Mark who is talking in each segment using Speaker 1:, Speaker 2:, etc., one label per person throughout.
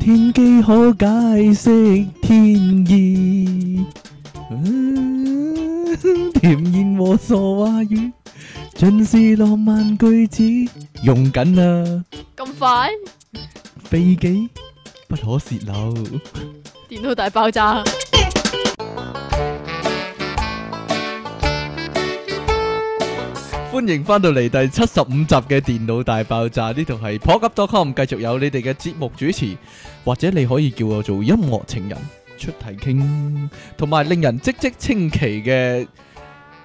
Speaker 1: 天機可解釋天意。 嗯甜言和傻話語，盡是浪漫句子。用緊啦，
Speaker 2: 咁快？
Speaker 1: 秘技不可泄漏。
Speaker 2: 電腦大爆炸，
Speaker 1: 欢迎翻到嚟第七十五集嘅電腦大爆炸，呢度係 p o c u p c o m 繼續有你哋嘅節目主持，或者你可以叫我做音樂情人出題傾，同埋令人嘖嘖稱奇嘅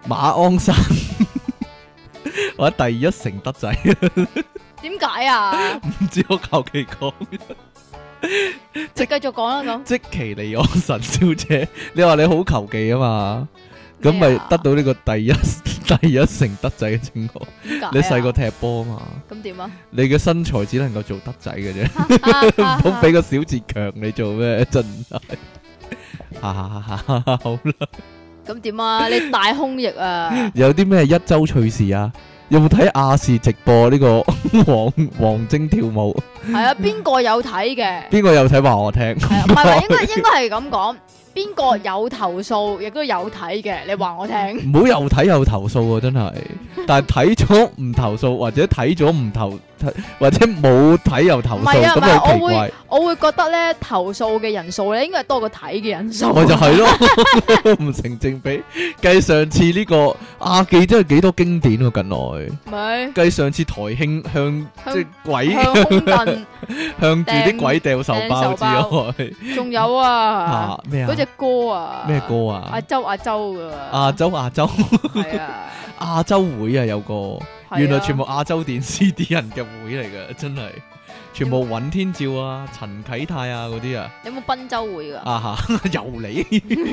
Speaker 1: 馬鞍山， 或者第一城德仔，
Speaker 2: 點解 啊？
Speaker 1: 唔知我求其講，
Speaker 2: 你繼續講啦咁。
Speaker 1: 即其尼昂神小姐，你話你好求其啊嘛，咁咪
Speaker 2: 咩啊
Speaker 1: 得到呢個第一 第一城德仔嘅稱號，
Speaker 2: 點解啊
Speaker 1: 你細個踢波啊嘛。
Speaker 2: 咁點啊？
Speaker 1: 你嘅身材只能夠做德仔嘅啫， 唔
Speaker 2: 唔
Speaker 1: 通俾個小字強你做咩？啊真係，好啦，
Speaker 2: 咁點啊？你大胸翼 啊？
Speaker 1: 有啲咩一周趣事啊？有冇睇亞視直播呢個 王王晶跳舞？
Speaker 2: 係啊，邊個有 睇嘅？
Speaker 1: 邊個有睇話我聽？
Speaker 2: 係啊唔係唔係，應該應該係咁講。邊個有投訴，亦都有睇嘅，你話 我聽。
Speaker 1: 唔好又睇又投訴啊！真係，但係睇咗唔投訴，或者睇咗唔投，睇或者冇睇又投
Speaker 2: 唔
Speaker 1: 訴，
Speaker 2: 係啊，唔
Speaker 1: 咁
Speaker 2: 係
Speaker 1: 好
Speaker 2: 啊，
Speaker 1: 奇
Speaker 2: 我
Speaker 1: 怪
Speaker 2: 會。我會覺得咧，投訴嘅人數咧，應該係多過睇嘅人數。
Speaker 1: 我就係咯， 唔成正比。計上次呢、個阿記真係幾多經典喎、近
Speaker 2: 咪
Speaker 1: 來計上次台慶向
Speaker 2: 向
Speaker 1: 即係鬼
Speaker 2: 向空凳，
Speaker 1: 向住啲鬼掉手包
Speaker 2: 掟
Speaker 1: 之
Speaker 2: 手
Speaker 1: 外，
Speaker 2: 仲有啊，
Speaker 1: 嚇咩
Speaker 2: 嗰
Speaker 1: 啊？
Speaker 2: 只歌啊，
Speaker 1: 咩歌
Speaker 2: 亞
Speaker 1: 啊？
Speaker 2: 洲亞洲噶，
Speaker 1: 亞洲亞 洲
Speaker 2: 係啊，
Speaker 1: 亞洲會啊，有個
Speaker 2: 係啊
Speaker 1: 原來全部亞洲電視啲人嘅會嚟嘅， 真係全部尹天照啊、陳啟泰啊嗰啲啊，
Speaker 2: 有冇賓州會噶？
Speaker 1: 啊 嚇又你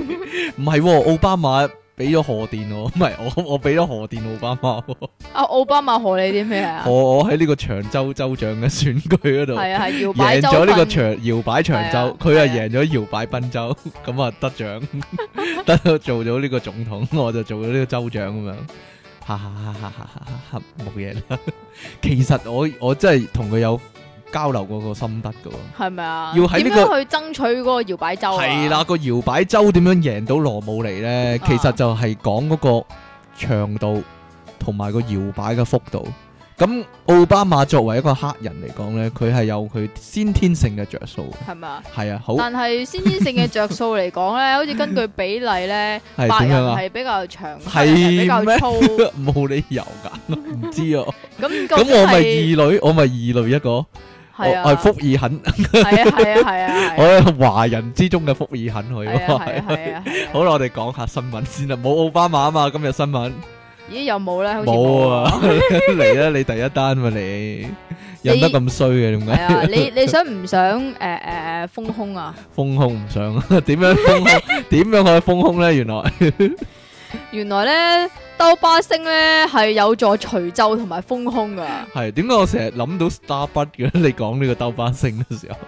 Speaker 1: 唔係喎，奧巴馬俾咗賀電我，唔係我我俾咗賀電奧巴馬喎。
Speaker 2: 啊，奧巴馬賀你啲咩啊？
Speaker 1: 我我喺呢個長洲州長嘅選舉嗰度
Speaker 2: 係啊係搖擺
Speaker 1: 贏
Speaker 2: 州
Speaker 1: 咗呢個
Speaker 2: 份
Speaker 1: 長搖擺長
Speaker 2: 係啊
Speaker 1: 洲，佢啊
Speaker 2: 係啊
Speaker 1: 贏咗搖擺賓州，咁啊得 獎，得到做咗呢個總統， 我就做咗呢個州長咁樣，哈哈哈哈哈哈哈冇嘢啦。 其實我我真係同佢有交流過個心得噶，
Speaker 2: 係咪啊？
Speaker 1: 要喺呢
Speaker 2: 點
Speaker 1: 個
Speaker 2: 樣去爭取嗰個搖擺州啊？
Speaker 1: 係啦，個搖擺州點樣贏到羅姆尼呢？其實就係講嗰個長度同埋個搖擺嘅幅度。咁奧巴馬作為一個黑人嚟講呢，佢係有佢先天性嘅着數。
Speaker 2: 係咪啊？
Speaker 1: 係啊，好
Speaker 2: 但係先天性嘅着數嚟講咧，好似根據比例咧，
Speaker 1: 係
Speaker 2: 白
Speaker 1: 點
Speaker 2: 人
Speaker 1: 樣啊？
Speaker 2: 係比較長，
Speaker 1: 係
Speaker 2: 黑人係比較
Speaker 1: 咩
Speaker 2: 粗。
Speaker 1: 冇理由㗎，唔知啊。
Speaker 2: 咁究
Speaker 1: 咁
Speaker 2: 竟
Speaker 1: 我咪
Speaker 2: 係
Speaker 1: 異類，我咪異類一個，我
Speaker 2: 係啊？
Speaker 1: 我係福爾肯，
Speaker 2: 係啊係啊係啊
Speaker 1: 我
Speaker 2: 係啊
Speaker 1: 係華人之中嘅福爾肯佢
Speaker 2: 係啊係啊
Speaker 1: 喎。
Speaker 2: 係啊！係啊
Speaker 1: 好啦，我哋講下新聞先啦，冇奧巴馬啊嘛，今日新聞。
Speaker 2: 咦有冇咧？好似
Speaker 1: 冇 啊！！嚟啦，你第一單嘛你，
Speaker 2: 你
Speaker 1: 引得咁衰嘅點
Speaker 2: 係啊，
Speaker 1: 解？
Speaker 2: 你你想唔想誒誒封空啊？
Speaker 1: 封空唔 上，點樣封空？點樣可以封空咧？原來
Speaker 2: 原來咧，兜巴星咧係有助除皱同埋豐胸噶。
Speaker 1: 係點解我成日諗到 Starbucks 嘅？你講呢個兜巴星嘅時候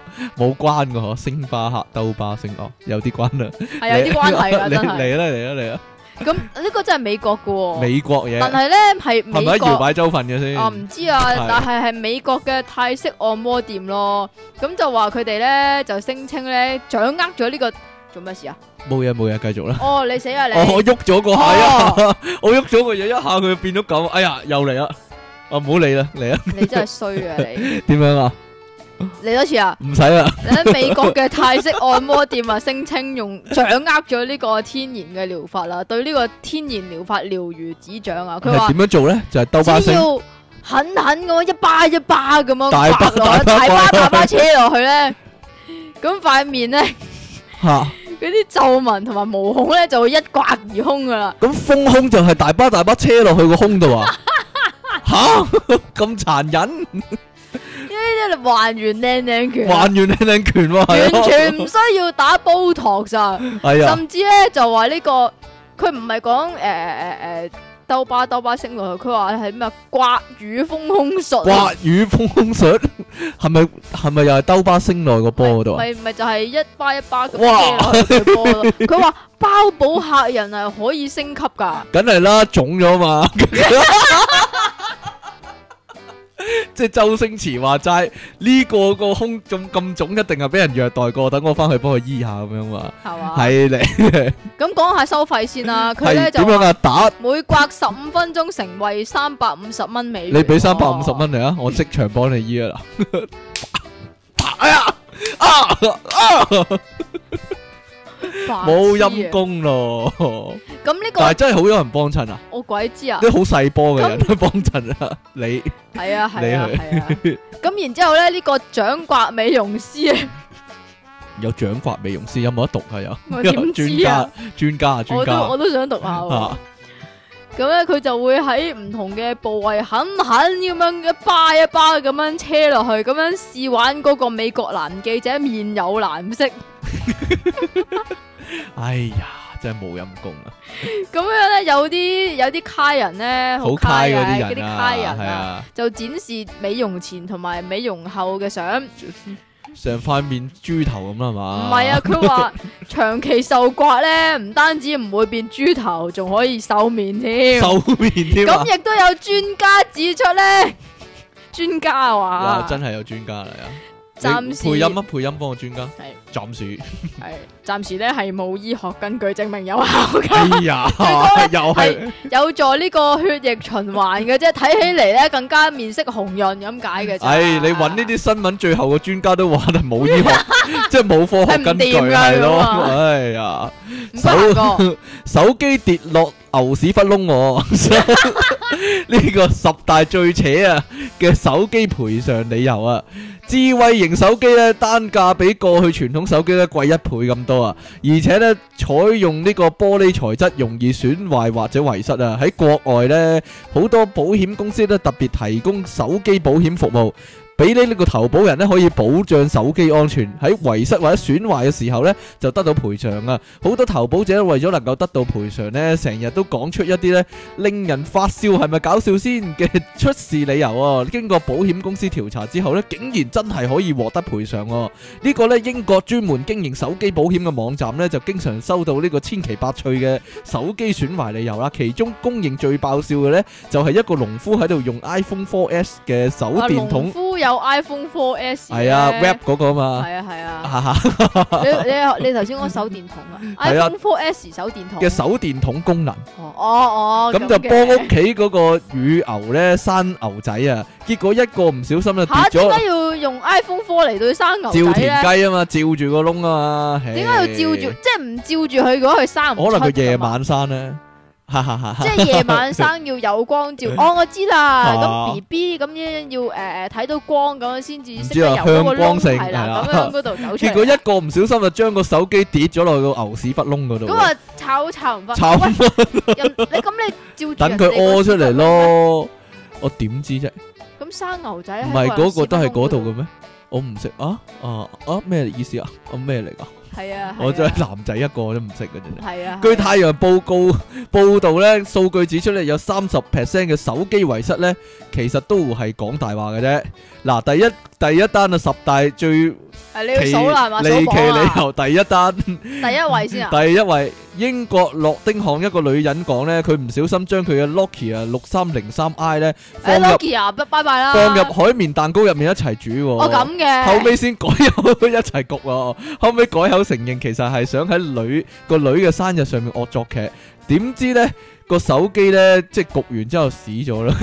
Speaker 1: 冇關嘅嗬，星巴克兜巴星哦，有啲關啦，
Speaker 2: 係啊有啲關係 噶，
Speaker 1: 你
Speaker 2: 真
Speaker 1: 嚟啦
Speaker 2: 係。
Speaker 1: 嚟啦嚟啦！
Speaker 2: 咁呢個真係美國噶喎，
Speaker 1: 美國嘢
Speaker 2: 但係咧係
Speaker 1: 係咪
Speaker 2: 美
Speaker 1: 喺搖
Speaker 2: 國
Speaker 1: 擺州份嘅先？
Speaker 2: 啊，唔知啊
Speaker 1: 係，
Speaker 2: 但係係美國嘅泰式按摩店咯。咁就話佢哋咧就聲稱咧掌握咗呢個做咩事啊？
Speaker 1: 冇嘢冇嘢，繼續啦。
Speaker 2: 哦，你死啊你！
Speaker 1: 我喐咗個下
Speaker 2: 哦
Speaker 1: 呀， 我喐咗個嘢一下，佢變咗咁，哎呀又嚟啦！啊唔好理啦，嚟啊！
Speaker 2: 你真係衰啊你！
Speaker 1: 點樣啊？
Speaker 2: 你多次啊！
Speaker 1: 唔使啦。
Speaker 2: 你喺美國嘅泰式按摩店啊，聲稱用掌握咗呢個天然嘅療法啦，對呢個天然療法了如指掌啊！佢
Speaker 1: 係
Speaker 2: 話。
Speaker 1: 點樣做咧？就係兜巴
Speaker 2: 只
Speaker 1: 星，
Speaker 2: 要狠狠咁樣一巴一巴咁樣
Speaker 1: 大巴
Speaker 2: 刮落去，
Speaker 1: 大
Speaker 2: 大
Speaker 1: 巴
Speaker 2: 巴大巴車落去咧，咁塊面咧
Speaker 1: 吓
Speaker 2: 嗰啲皺紋同埋毛孔咧就會一刮而空噶啦。
Speaker 1: 咁封胸就係大巴大巴車落去個胸 度啊！吓 咁殘忍，
Speaker 2: 呢啲還原靚靚拳啊，
Speaker 1: 還原靚靚拳喎，係
Speaker 2: 完
Speaker 1: 咯
Speaker 2: 全唔需要打 Botox 啊，
Speaker 1: 係啊，
Speaker 2: 甚至咧就話呢個佢唔係講誒誒誒兜巴兜巴升落去，佢話係咩啊刮乳豐胸術啊
Speaker 1: 刮雨封胸術係咪係咪又係兜巴星落去個波嗰度啊？
Speaker 2: 咪咪就係一巴一巴咁
Speaker 1: 哇
Speaker 2: 飛落去對波咯。佢話包保客人係可以升級㗎，
Speaker 1: 梗係啦，腫咗嘛，即係周星馳話齋呢個個胸咁咁腫，一定係俾人虐待過，等我翻去幫佢醫下咁樣嘛。
Speaker 2: 係嘛？
Speaker 1: 係你
Speaker 2: 咁講下收費先啦，啊佢
Speaker 1: 係
Speaker 2: 咧就
Speaker 1: 點樣
Speaker 2: 話
Speaker 1: 啊？打
Speaker 2: 每刮十五分鐘成為三百五十蚊美元喎。
Speaker 1: 你俾三百五十蚊嚟啊！我即場幫你醫啊啦！打呀！啊啊！
Speaker 2: 白痴啊，
Speaker 1: 冇陰功咯，
Speaker 2: 咁呢
Speaker 1: 但係
Speaker 2: 個
Speaker 1: 真係好有人幫襯啊！
Speaker 2: 我鬼知 啊，
Speaker 1: 啲好細波嘅人都幫襯啊！你
Speaker 2: 係啊係啊
Speaker 1: 你去
Speaker 2: 係啊。咁然之後咧，呢個掌摑美容師啊，
Speaker 1: 有掌摑美容師有冇得讀啊？有
Speaker 2: 我點
Speaker 1: 專
Speaker 2: 知
Speaker 1: 家
Speaker 2: 啊？
Speaker 1: 專家啊專
Speaker 2: 我
Speaker 1: 家
Speaker 2: 都
Speaker 1: 啊
Speaker 2: 我都想讀下喎。
Speaker 1: 啊！
Speaker 2: 咁咧佢就會喺唔同嘅部位狠狠咁樣一巴一巴咁樣車落去，咁樣試玩嗰個美國男記者面有藍色，咁
Speaker 1: 哎呀，真係冇陰功啊！
Speaker 2: 樣咧有啲有啲卡人咧
Speaker 1: 好
Speaker 2: 哎卡
Speaker 1: 揩嗰啲
Speaker 2: 嗰啲
Speaker 1: 人
Speaker 2: 卡
Speaker 1: 啊，
Speaker 2: 人
Speaker 1: 係
Speaker 2: 啊，
Speaker 1: 啊，
Speaker 2: 就展示美容前同埋美容後嘅相。
Speaker 1: 成塊面豬頭咁啦係
Speaker 2: 唔
Speaker 1: 嘛？
Speaker 2: 係啊，，佢話長期受刮咧，唔單止唔會變豬頭，仲可以瘦面 添。
Speaker 1: 瘦面添啊！
Speaker 2: 咁亦都有專家指出咧， 專家啊
Speaker 1: 哇，
Speaker 2: 話
Speaker 1: 真係有專家嚟啊！你
Speaker 2: 暫時
Speaker 1: 配音啊，配音幫我專家
Speaker 2: 係。
Speaker 1: 暫時，
Speaker 2: 系暂时咧係冇醫學根據證明有效
Speaker 1: 哎
Speaker 2: 嘅，
Speaker 1: 呀， 又係
Speaker 2: 係有助呢個血液循環嘅啫。睇起嚟咧更加面色紅潤咁解嘅啫。
Speaker 1: 唉，你揾呢啲新聞最後個專家都話係冇醫 學，即係冇科學根據
Speaker 2: 係唔掂㗎
Speaker 1: 係咯
Speaker 2: 咁，啊
Speaker 1: 哎呀，
Speaker 2: 唔得閒個
Speaker 1: 手機跌落牛屎窟窿喎， 呢個十大最扯啊嘅手機賠償理由啊，智慧型手機咧單價比過去傳統手機咧貴一倍咁多啊，而且咧採用呢個玻璃材質容易損壞或者遺失啊，喺國外咧好多保險公司咧特別提供手機保險服務。俾你呢個投保人咧可以保障手機安全，喺遺失或者損壞嘅時候咧就得到賠償啊！好多投保者為咗能夠得到賠償呢，成日都講出一啲呢令人發笑係咪搞笑先嘅出事理由啊！經過保險公司調查之後呢，竟然真係可以獲得賠償喎！呢個呢，英國專門經營手機保險嘅網站呢，就經常收到呢個千奇百趣嘅手機損壞理由啦。其中公認最爆笑嘅呢，就係一個農夫喺度用 iPhone 4S 嘅手
Speaker 2: 啊
Speaker 1: 電
Speaker 2: 農
Speaker 1: 筒，
Speaker 2: 夫有 iPhone 4S
Speaker 1: 係啊
Speaker 2: 咧
Speaker 1: rap 嗰個嘛，
Speaker 2: 係啊 係啊。
Speaker 1: 哈哈
Speaker 2: 你你你头先講手電筒啊
Speaker 1: 係啊
Speaker 2: ，iPhone 4S 手電筒
Speaker 1: 嘅。手電筒功能。
Speaker 2: 哦哦哦，
Speaker 1: 咁就
Speaker 2: 嘅
Speaker 1: 幫屋企嗰個乳牛咧生牛仔啊，結果一個唔小心就跌
Speaker 2: 吓，點
Speaker 1: 咗
Speaker 2: 解要用 iPhone 4嚟到生牛
Speaker 1: 照
Speaker 2: 仔
Speaker 1: 田
Speaker 2: 咧？
Speaker 1: 雞啊嘛，照住個窿啊嘛，
Speaker 2: 點解要
Speaker 1: 唉
Speaker 2: 照住？即係唔照住佢嗰個佢生唔
Speaker 1: 可能
Speaker 2: 出
Speaker 1: 佢夜
Speaker 2: 㗎嘛
Speaker 1: 晚生咧，哈哈哈哈
Speaker 2: 即係夜晚生要有 光照。哦，我知啦，
Speaker 1: 啊
Speaker 2: 咁 B B 咁樣要诶睇到光咁樣先至
Speaker 1: 唔
Speaker 2: 識
Speaker 1: 知
Speaker 2: 得
Speaker 1: 啊
Speaker 2: 由嗰個
Speaker 1: 向光
Speaker 2: 窿
Speaker 1: 性
Speaker 2: 係
Speaker 1: 係
Speaker 2: 啦
Speaker 1: 啦，
Speaker 2: 咁樣嗰度走 出
Speaker 1: 結果
Speaker 2: 嚟。
Speaker 1: 一個唔小心就將個手機跌咗落個牛屎窟窿嗰度
Speaker 2: 咁，啊，炒炒唔翻。
Speaker 1: 慘
Speaker 2: 喂
Speaker 1: 啊
Speaker 2: 人你咁你照住
Speaker 1: 等
Speaker 2: 人
Speaker 1: 佢
Speaker 2: 哋個
Speaker 1: 屙出嚟咯。我點知啫？
Speaker 2: 咁生牛仔喺
Speaker 1: 唔係嗰個都係
Speaker 2: 人屎窟
Speaker 1: 嗰
Speaker 2: 窿
Speaker 1: 度嘅咩？我唔識啊啊啊咩意思啊？啊咩嚟㗎？
Speaker 2: 係啊，
Speaker 1: 我真
Speaker 2: 係
Speaker 1: 係男仔一個都唔識嘅真係。
Speaker 2: 係啊。
Speaker 1: 據《太陽報告》報導咧，數據指出咧，有三十 percent 嘅手機遺失咧，其實都係講大話嘅啫。嗱，第一第一單啊，十大最
Speaker 2: 係你要
Speaker 1: 奇
Speaker 2: 數啦，係嘛？
Speaker 1: 離
Speaker 2: 數
Speaker 1: 奇
Speaker 2: 榜
Speaker 1: 理
Speaker 2: 啊，
Speaker 1: 由第一單，
Speaker 2: 第一位先啊。
Speaker 1: 第一位英國諾丁漢一個女人講咧，佢唔小心將佢嘅 Nokia 六三零三 I 咧 放
Speaker 2: 誒
Speaker 1: 入
Speaker 2: 哎 Nokia，拜拜拜啦。
Speaker 1: 放入海綿蛋糕入面一齊煮喎。
Speaker 2: 我哦咁嘅。
Speaker 1: 後尾先改口一齊焗 喎，後尾改口承認其實係想喺女個女嘅生日上面惡作劇，點知呢個手機呢，即係焗完之後屎咗 啦，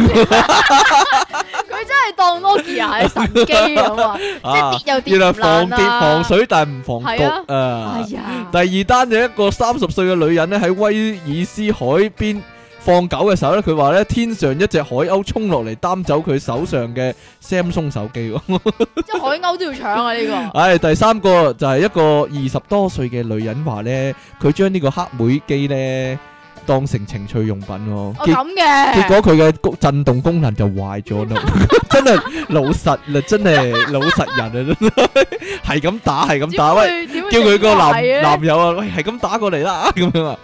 Speaker 2: 佢真係當 Nokia 係神機咁啊！
Speaker 1: 啊
Speaker 2: 即係跌又跌
Speaker 1: 原來
Speaker 2: 唔
Speaker 1: 防
Speaker 2: 爛
Speaker 1: 跌防
Speaker 2: 啦。
Speaker 1: 水但唔防焗
Speaker 2: 哎
Speaker 1: 啊！
Speaker 2: 呀，
Speaker 1: 第二單就一個三十歲嘅女人呢，喺威爾斯海邊放狗嘅時候呢，佢話呢天上一隻海鷗衝落嚟擔走佢手上嘅 Samsung 手機喎。
Speaker 2: 即係海鷗都要搶啊！呢個。
Speaker 1: 唉，第三個就係一個二十多歲嘅女人話呢，佢將呢個黑莓機呢當成情趣用品喎、
Speaker 2: 我
Speaker 1: 結
Speaker 2: 哦咁嘅，
Speaker 1: 結果佢嘅谷震動功能就壞咗啦， 真係老實啦，真係老實人啊，真 係係咁打係咁打，喂，
Speaker 2: 點會
Speaker 1: 叫佢個男
Speaker 2: 點會
Speaker 1: 男友啊，喂，係咁打過嚟啦， 咁樣啊，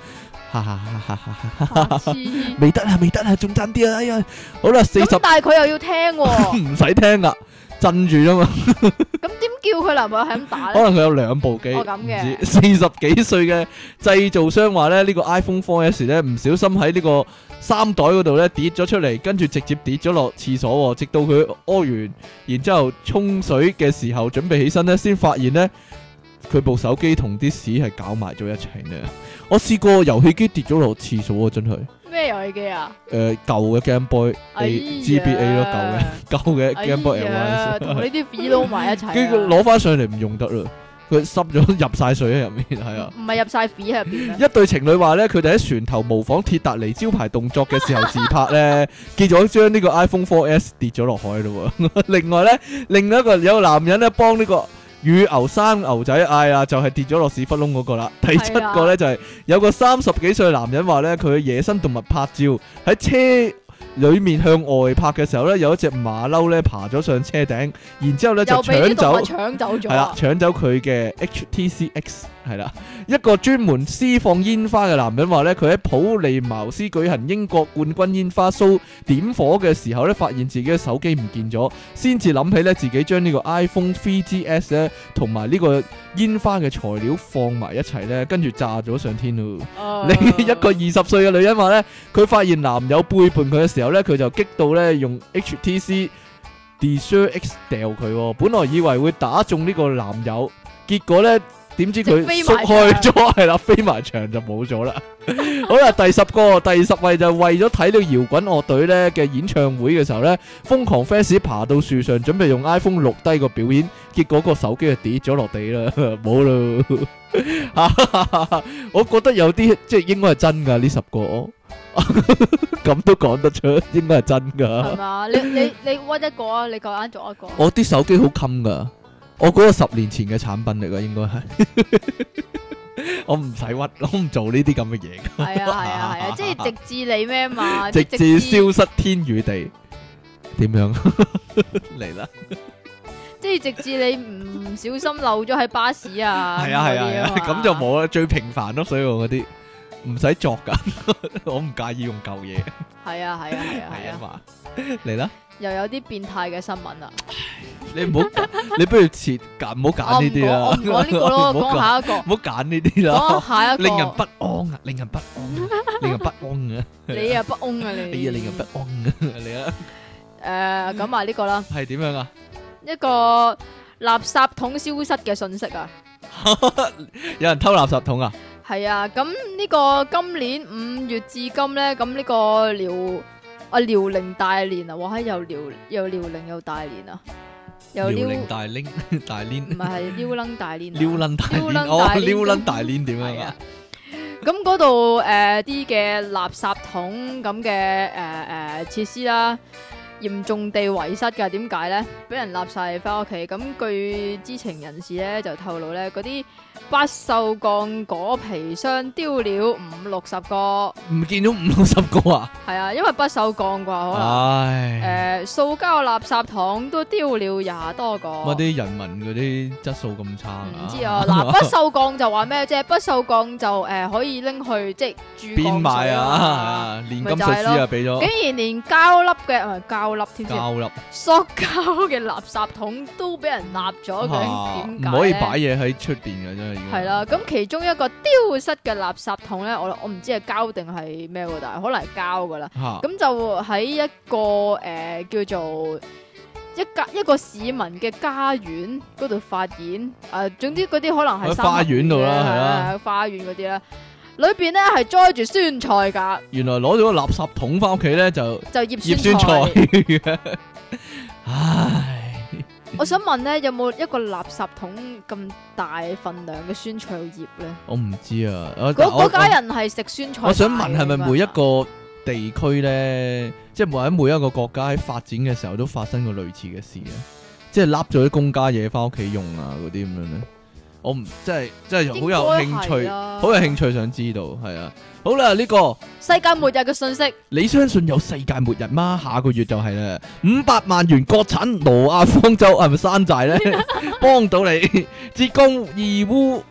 Speaker 1: 哈哈哈哈哈哈，
Speaker 2: 白痴
Speaker 1: 未得啊，未得啊，仲爭啲啊，哎呀，好啦，四十
Speaker 2: 咁但係佢又要聽喎，
Speaker 1: 唔使聽啦，震住啫嘛。
Speaker 2: 咁點叫佢男朋友係咁
Speaker 1: 可
Speaker 2: 打咧？
Speaker 1: 能佢有兩部機，
Speaker 2: 哦咁嘅
Speaker 1: 唔知四十幾歲嘅製造商話咧，呢、個 iPhone 4S 咧唔小心喺呢個衫袋嗰度咧跌咗出嚟，跟住直接跌咗落廁所喎，直到佢屙完，然之後沖水嘅時候準備起身咧，先發現咧佢部手機同啲屎係搞埋咗一齊咧。我試過遊戲機跌咗落廁所啊，真係
Speaker 2: 咩遊戲機啊？
Speaker 1: 誒舊嘅 Game Boy
Speaker 2: 哎呀
Speaker 1: GBA 咯，舊嘅舊嘅 Game Boy
Speaker 2: 哎
Speaker 1: Advance
Speaker 2: 呀。同呢啲 V 撈埋一齊啊，
Speaker 1: 跟住佢攞翻上嚟唔用得啦，佢濕咗入晒水喺入面，係啊。
Speaker 2: 唔係入晒 V 喺入邊啊？
Speaker 1: 一對情侶話咧，佢哋喺船頭模仿鐵達尼招牌動作嘅時候自拍咧， 結咗將呢個 iPhone 4S 跌咗落海咯喎。 另外咧，另一個有男人咧幫呢個乳牛生牛仔嗌啊，就係、跌咗落屎忽窿嗰 個啦。第
Speaker 2: 啊
Speaker 1: 七個咧就係、有個三十幾歲男人話咧，佢嘅野生動物拍照喺車。裏面向外拍嘅時候咧，有一隻馬騮咧爬咗上車頂，然之後咧就
Speaker 2: 又俾
Speaker 1: 搶
Speaker 2: 啲動
Speaker 1: 走
Speaker 2: 物。搶走咗
Speaker 1: 係啦
Speaker 2: 啊，！
Speaker 1: 搶走佢嘅 HTCX 係啦，一個專門私放煙花嘅男人話呢，佢喺普利茅斯舉行英國冠軍煙花 show 點火嘅時候呢，發現自己嘅手機唔見咗，先至諗起呢自己將呢個 iPhone 3GS 呢同埋呢個煙花嘅材料放埋一齊呢，跟住炸咗上天咯。
Speaker 2: 哦
Speaker 1: 另一個二十歲嘅女人話呢，佢發現男友背叛佢嘅時候呢，佢就激到呢用 HTC Desire X 掉佢、喎。本來以為會打中呢個男友，結果呢點知佢
Speaker 2: 即飛
Speaker 1: 縮
Speaker 2: 埋
Speaker 1: 開咗，係啦，飛埋牆就冇咗啦。好啦，第十個第十位就係為咗睇到搖滾樂隊呢嘅演唱會嘅時候呢，瘋狂 fans 爬到樹上準備用 iPhone 錄低個表演，結果個手機就跌咗落地啦， 冇咯。我覺得有啲即係應該係真㗎呢十個， 咁都講得出，應該係真
Speaker 2: 係
Speaker 1: 㗎。
Speaker 2: 嘛？你你你屈一個啊！你夠膽 做一個。
Speaker 1: 我啲手機好襟㗎，我嗰個十年前嘅產品嚟㗎，應該係。 我唔使屈，我唔做呢啲咁嘅嘢㗎，
Speaker 2: 係啊係啊係啊！即係直至你咩嘛？
Speaker 1: 直
Speaker 2: 即係
Speaker 1: 至消失天與地。點樣 嚟啦？
Speaker 2: 即係直至你唔小心漏咗喺巴士啊！
Speaker 1: 係啊係啊係啊，
Speaker 2: 嗰啲嘛
Speaker 1: 咁就。冇啦，最平凡咯，所以我嗰啲唔使作㗎， 我唔介意用舊嘢，
Speaker 2: 係啊係啊係啊
Speaker 1: 係
Speaker 2: 係
Speaker 1: 啊
Speaker 2: 啊！
Speaker 1: 嘛，嚟啦！
Speaker 2: 又有啲變態嘅新聞啊啦。
Speaker 1: 你唔好，你不如切揀，唔好
Speaker 2: 我
Speaker 1: 揀
Speaker 2: 唔
Speaker 1: 呢啲
Speaker 2: 講
Speaker 1: 啦
Speaker 2: 我唔。講呢個咯，
Speaker 1: 唔好
Speaker 2: 講下一個
Speaker 1: 唔，好揀呢啲啦，
Speaker 2: 講下一個。
Speaker 1: 令人不安啊，令人不安啊，令人不安啊，
Speaker 2: 你啊不安啊你。
Speaker 1: 你啊令人不安啊，你啊
Speaker 2: 誒咁啊呢個啦，
Speaker 1: 係點樣啊？
Speaker 2: 一個垃圾桶消失嘅信息啊。
Speaker 1: 有人偷垃圾桶啊？
Speaker 2: 係啊，咁呢個今年五月至今咧，咁呢個遼啊遼寧大連啊，哇！又遼又遼寧又大連啊，又
Speaker 1: 遼
Speaker 2: 撩
Speaker 1: 寧大拎 大
Speaker 2: 唔
Speaker 1: 鏈，
Speaker 2: 係係撩楞大連啊，
Speaker 1: 撩撚大
Speaker 2: 撩
Speaker 1: 鏈，
Speaker 2: 撚
Speaker 1: 哦
Speaker 2: 大，鏈
Speaker 1: 撩撚大鏈點樣
Speaker 2: 係啊
Speaker 1: 啊？。
Speaker 2: 咁嗰度誒啲嘅垃圾桶咁嘅誒誒設施啦，嚴重地遺失㗎。點解咧？俾人立晒翻屋企。咁據知情人士咧就透露咧，嗰啲不鏽鋼果皮箱丟了五六十個，
Speaker 1: 唔見咗五六十個啊！
Speaker 2: 係啊，因為不鏽鋼啩可能。誒、
Speaker 1: 唉，
Speaker 2: 塑膠垃圾桶都丟了廿多個。
Speaker 1: 乜啲人民嗰啲質素咁差啊？
Speaker 2: 唔知啊， 嗱，不鏽鋼就話咩啫？不鏽鋼就誒、呃可以拎去即係 注
Speaker 1: 邊
Speaker 2: 鋼
Speaker 1: 買
Speaker 2: 水
Speaker 1: 啊？煉金術師啊，俾咗
Speaker 2: 竟然連膠粒嘅唔係膠粒添先，
Speaker 1: 膠粒。
Speaker 2: 塑膠嘅垃圾桶都俾人納咗，究
Speaker 1: 啊
Speaker 2: 竟點解
Speaker 1: 唔可以
Speaker 2: 咧
Speaker 1: 擺嘢喺出邊嘅真係。
Speaker 2: 係，啦，咁其中一個丟失嘅垃圾桶咧，我我唔知係膠定係咩喎，但係可能係膠噶啦。
Speaker 1: 嚇
Speaker 2: 咁就喺一個誒、呃叫做一家一個市民嘅家園嗰度發現，誒、總之嗰啲可能係
Speaker 1: 喺
Speaker 2: 三合
Speaker 1: 花園度啦
Speaker 2: 嘅
Speaker 1: 係啦，
Speaker 2: 係花園嗰啲啦，裏邊咧係栽住酸菜㗎，
Speaker 1: 原來攞咗個垃圾桶翻屋企咧就
Speaker 2: 就醃
Speaker 1: 醃酸
Speaker 2: 菜。
Speaker 1: 菜。唉，
Speaker 2: 我想問咧，有冇一個垃圾桶咁大份量嘅酸菜葉咧？
Speaker 1: 我唔知啊。我
Speaker 2: 嗰
Speaker 1: 我
Speaker 2: 嗰家人係食酸菜
Speaker 1: 我想問
Speaker 2: 大嘅
Speaker 1: 係咪每一
Speaker 2: 咁啊
Speaker 1: 個地區咧，即係每喺每一個國家喺發展嘅時候都發生過類似嘅事咧？即係笠咗啲公家嘢翻屋企用啊嗰啲咁樣咧？我唔即係即係好有興
Speaker 2: 應該係啊
Speaker 1: 趣，
Speaker 2: 啦
Speaker 1: 好有興趣想知道係啊。好啦，呢、個。
Speaker 2: 世界末日嘅信息，
Speaker 1: 你相信有世界末日嗎？下個月就係啦，五百萬元國產 挪亞方舟係咪山寨呢？幫到你，浙江義烏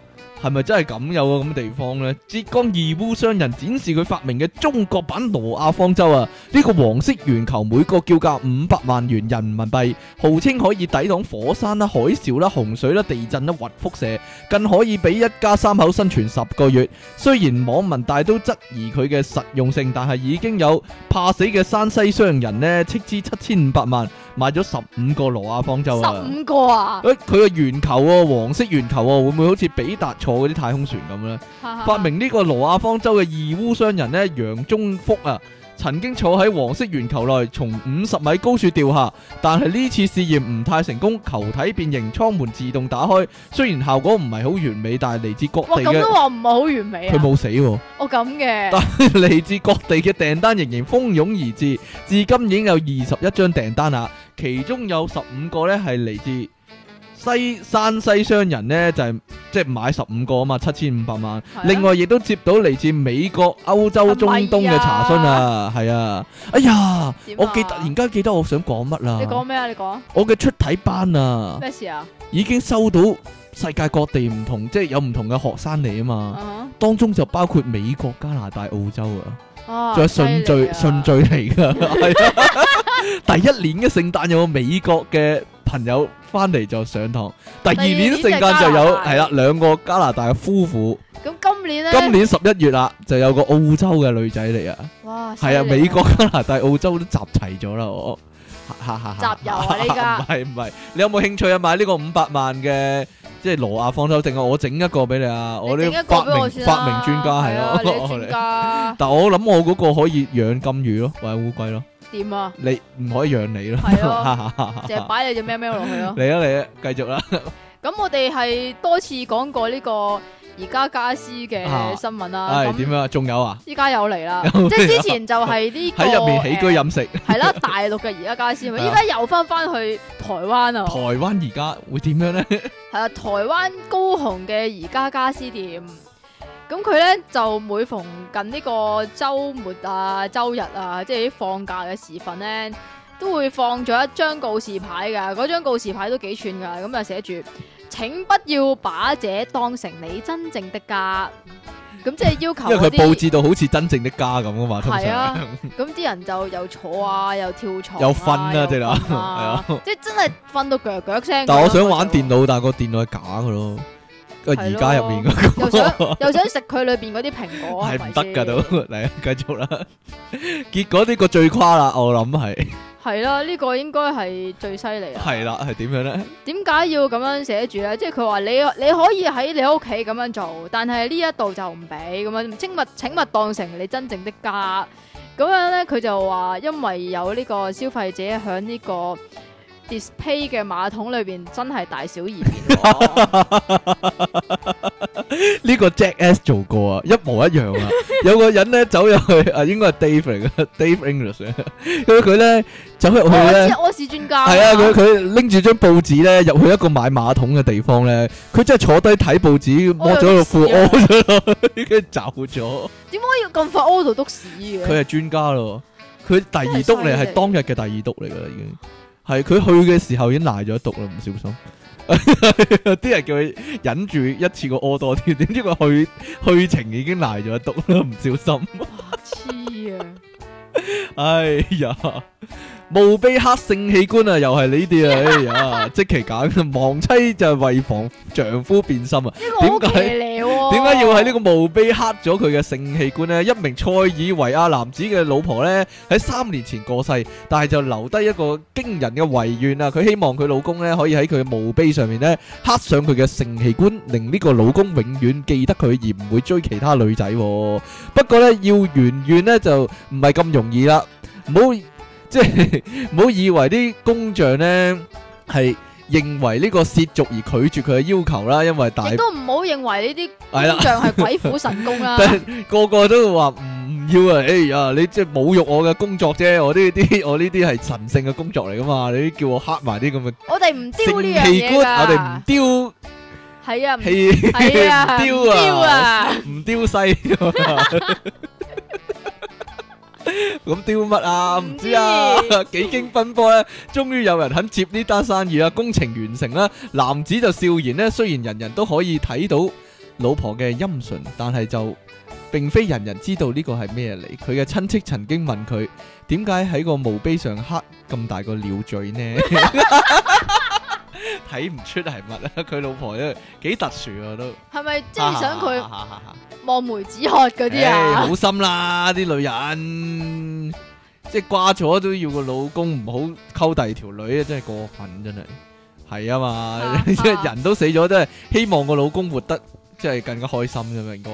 Speaker 1: 係咪真係咁有個咁嘅地方呢？浙江義烏商人展示佢發明嘅中國版挪亞方舟啊！呢、個黃色圓球每個叫價五百萬元人民幣，號稱可以抵擋火山啦、海嘯啦、洪水啦、地震啦、核輻射，更可以俾一家三口生存十個月。雖然網民大都質疑佢嘅實用性，但係已經有怕死嘅山西商人呢，斥資七千五百萬買咗十五個挪亞方舟啊！
Speaker 2: 十五個啊，
Speaker 1: 誒，佢個圓球喎，啊黃色圓球喎，會唔會好似比達坐嗰啲太空船咁呢？
Speaker 2: 啊
Speaker 1: 發明呢個羅亞方舟嘅義烏商人呢，楊宗福啊，曾經坐喺黃色圓球內，從五十米高處掉下，但係呢次試驗唔太成功，球體變形，艙門自動打開，雖然效果唔係好完美，但係嚟自各
Speaker 2: 哇，
Speaker 1: 地
Speaker 2: 咁
Speaker 1: 嘅
Speaker 2: 都話唔係好啊完美
Speaker 1: 佢
Speaker 2: 啊，
Speaker 1: 冇死喎。
Speaker 2: 我咁
Speaker 1: 但
Speaker 2: 嘅，
Speaker 1: 嚟自各地嘅訂單仍然蜂擁而至，至今已經有二十一張訂單啦，其中有十五個呢係嚟自西山西商人呢，就係即係買十五個啊嘛，七千五百萬。
Speaker 2: 係啊
Speaker 1: 另外亦都接到嚟自美國、歐洲、中東嘅查詢啊，係啊，哎呀，
Speaker 2: 點啊
Speaker 1: 我記突然間記得我想講乜
Speaker 2: 你講
Speaker 1: 啦，
Speaker 2: 咩啊？你講
Speaker 1: 我嘅出體班啊，
Speaker 2: 咩事啊？
Speaker 1: 已經收到世界各地唔同，即係有唔同嘅學生嚟啊嘛，
Speaker 2: 啊
Speaker 1: 當中就包括美國、加拿大、澳洲啊。
Speaker 2: 哈，
Speaker 1: 仲有
Speaker 2: 仲
Speaker 1: 順序
Speaker 2: à.
Speaker 1: 順序嚟噶， 係啊！第一年嘅聖誕有美國嘅朋友翻嚟就上堂，第二年聖誕就有係
Speaker 2: 第二年就係加拿大
Speaker 1: 啦，兩個加拿大嘅夫婦。
Speaker 2: 咁今年咧，
Speaker 1: 今年十一月啦，就有個澳洲嘅女仔嚟啊，
Speaker 2: 哇，
Speaker 1: 係啊，
Speaker 2: 犀利
Speaker 1: 美國、加拿大、澳洲都集齊咗啦，我哈哈哈！
Speaker 2: 集郵啊呢家
Speaker 1: 唔係唔係，你有冇興趣啊？買呢個五百萬嘅即係羅亞方舟，定係我整一個俾你啊？
Speaker 2: 你
Speaker 1: 我呢
Speaker 2: 整一個
Speaker 1: 發
Speaker 2: 俾我
Speaker 1: 明
Speaker 2: 先啦
Speaker 1: 發明專家係
Speaker 2: 啊你係
Speaker 1: 咯，
Speaker 2: 專家
Speaker 1: 但我諗我嗰個可以養金魚咯，或者烏龜咯，
Speaker 2: 點啊？
Speaker 1: 你唔可以養你咯。
Speaker 2: 係淨係
Speaker 1: 嚟啊
Speaker 2: 擺你只喵喵落去咯。
Speaker 1: 嚟啊，繼續啦。
Speaker 2: 咁我哋係多次講過呢個而家家私
Speaker 1: 啊
Speaker 2: 嘅新聞啦。
Speaker 1: 係
Speaker 2: 咁
Speaker 1: 點樣啊？仲有啊？
Speaker 2: 依家有嚟啦，
Speaker 1: 有嚟
Speaker 2: 即係
Speaker 1: 啦
Speaker 2: 之前就係呢個
Speaker 1: 喺入面起居飲食，
Speaker 2: 誒係啦，大陸嘅而家家私，
Speaker 1: 啊
Speaker 2: 依家又翻翻去台灣啊
Speaker 1: 台，灣而家會點樣咧？
Speaker 2: 係啊，台灣高雄嘅而家家私店。咁佢咧就每逢近呢個週末啊、週日啊，即係啲放假嘅時分咧，都會放咗一張告示牌㗎。嗰張告示牌都幾串㗎，咁就寫住：請不要把這當成你真正的家。咁即係要求
Speaker 1: 因為佢
Speaker 2: 嗰
Speaker 1: 佈
Speaker 2: 啲
Speaker 1: 置到好似真正的家咁啊嘛，通
Speaker 2: 係
Speaker 1: 常
Speaker 2: 啊，咁啲人就又坐啊，又跳床、
Speaker 1: 有瞓啊
Speaker 2: 又
Speaker 1: 即係啦
Speaker 2: 瞓啊
Speaker 1: 係啊
Speaker 2: 即係真係瞓到腳腳聲。
Speaker 1: 但我想玩電，腦，但係個電腦係假嘅咯，個而家入面嗰
Speaker 2: 又想
Speaker 1: 個
Speaker 2: 又想食佢裏邊嗰啲蘋果，
Speaker 1: 係
Speaker 2: 咪
Speaker 1: 唔得噶
Speaker 2: 先
Speaker 1: 都。 嚟啊，繼續啦。結果呢個最誇啦，我諗 係
Speaker 2: 係啦，呢、個應該係最犀利啦。
Speaker 1: 係啦，係點樣咧？
Speaker 2: 點解要咁樣寫住咧？即係佢話你你可以喺你屋企咁樣做，但係呢一度就唔俾咁樣。請勿請勿當成你真正的家。咁樣咧，佢就話因為有呢個消費者喺呢個 display 嘅馬桶裏邊真係大小而別喎。
Speaker 1: 呢個 Jack S 做過啊，一模一樣 啊！有個人咧走入去啊，應該係 Dave 嚟嘅，Dave English 咧，咁佢咧走入去
Speaker 2: 我
Speaker 1: 咧
Speaker 2: 知，哦我是專家。
Speaker 1: 係啊，佢佢拎住張報紙咧入去一個買馬桶嘅地方咧，佢真係坐低睇報紙，摸咗個褲，
Speaker 2: 我有啊
Speaker 1: 屙咗落去，跟住走咗。
Speaker 2: 點解要咁快屙到督屎啊嘅？
Speaker 1: 佢係專家咯，佢第二督嚟
Speaker 2: 真係犀
Speaker 1: 係
Speaker 2: 利
Speaker 1: 當日嘅第二督嚟噶啦，已經係佢去嘅時候已經賴咗一督啦，唔小心。 啲人叫佢忍住一次過屙多啲，點知佢去去程已經賴咗一督啦，唔小心。
Speaker 2: 哇黐啊！
Speaker 1: 哎呀，墓碑黑性器官啊，又係呢啲啊！哎呀，即其揀亡妻就係為防丈夫變心啊！
Speaker 2: 呢個 好
Speaker 1: 點
Speaker 2: 騎
Speaker 1: 解
Speaker 2: 呢喎。
Speaker 1: 點解要喺呢個墓碑刻咗佢嘅性器官呢？一名塞爾維亞男子嘅老婆呢，喺三年前過世，但係就留低一個驚人嘅遺願啊！佢希望佢老公呢，可以喺佢嘅墓碑上面呢，刻上佢嘅性器官，令呢個老公永遠記得佢，而唔會追其他女仔喎、不過呢，要圓願呢，就唔係咁容易啦，唔好即係唔好以為啲工匠呢係認為呢個涉俗而拒絕佢嘅要求啦，因為大
Speaker 2: 亦都唔好認為呢啲
Speaker 1: 係啦
Speaker 2: 工匠係鬼斧神工 啊啦。
Speaker 1: 但係個個都會話唔要啊！哎呀，你即係侮辱我嘅工作啫，我呢 啲我呢啲係神聖嘅工作嚟噶嘛，你叫我黑埋啲咁嘅
Speaker 2: 我哋唔丟呢樣
Speaker 1: 性器
Speaker 2: 嘢
Speaker 1: 官，我哋唔
Speaker 2: 㗎。
Speaker 1: 丟
Speaker 2: 係啊，唔
Speaker 1: 氣，
Speaker 2: 係啊，
Speaker 1: 唔
Speaker 2: 唔丟
Speaker 1: 丟啊，
Speaker 2: 啊，
Speaker 1: 唔丟西啊。咁丟乜啊？唔知啊
Speaker 2: 唔知，
Speaker 1: 幾經奔波咧，終於有人肯接啊呢單生意啦，工程完成啦，男子就笑言咧，雖然人人都可以睇到老婆嘅音訊，但係就並非人人知道呢個係咩嚟。佢嘅親戚曾經問佢點解喺個墓碑上刻咁大個鳥嘴呢？ 睇唔出係乜啊！佢老婆咧幾特殊啊都，
Speaker 2: 係 咪即係想
Speaker 1: 啊
Speaker 2: 佢
Speaker 1: 嗰
Speaker 2: 望梅止渴嗰啲啊？
Speaker 1: 好心啦啲女人，即係瓜咗都要個老公唔好溝第二條女啊！真係過分真係，係啊嘛，即係人都死咗，都係希望個老公活得即係更加開心啫嘛，應該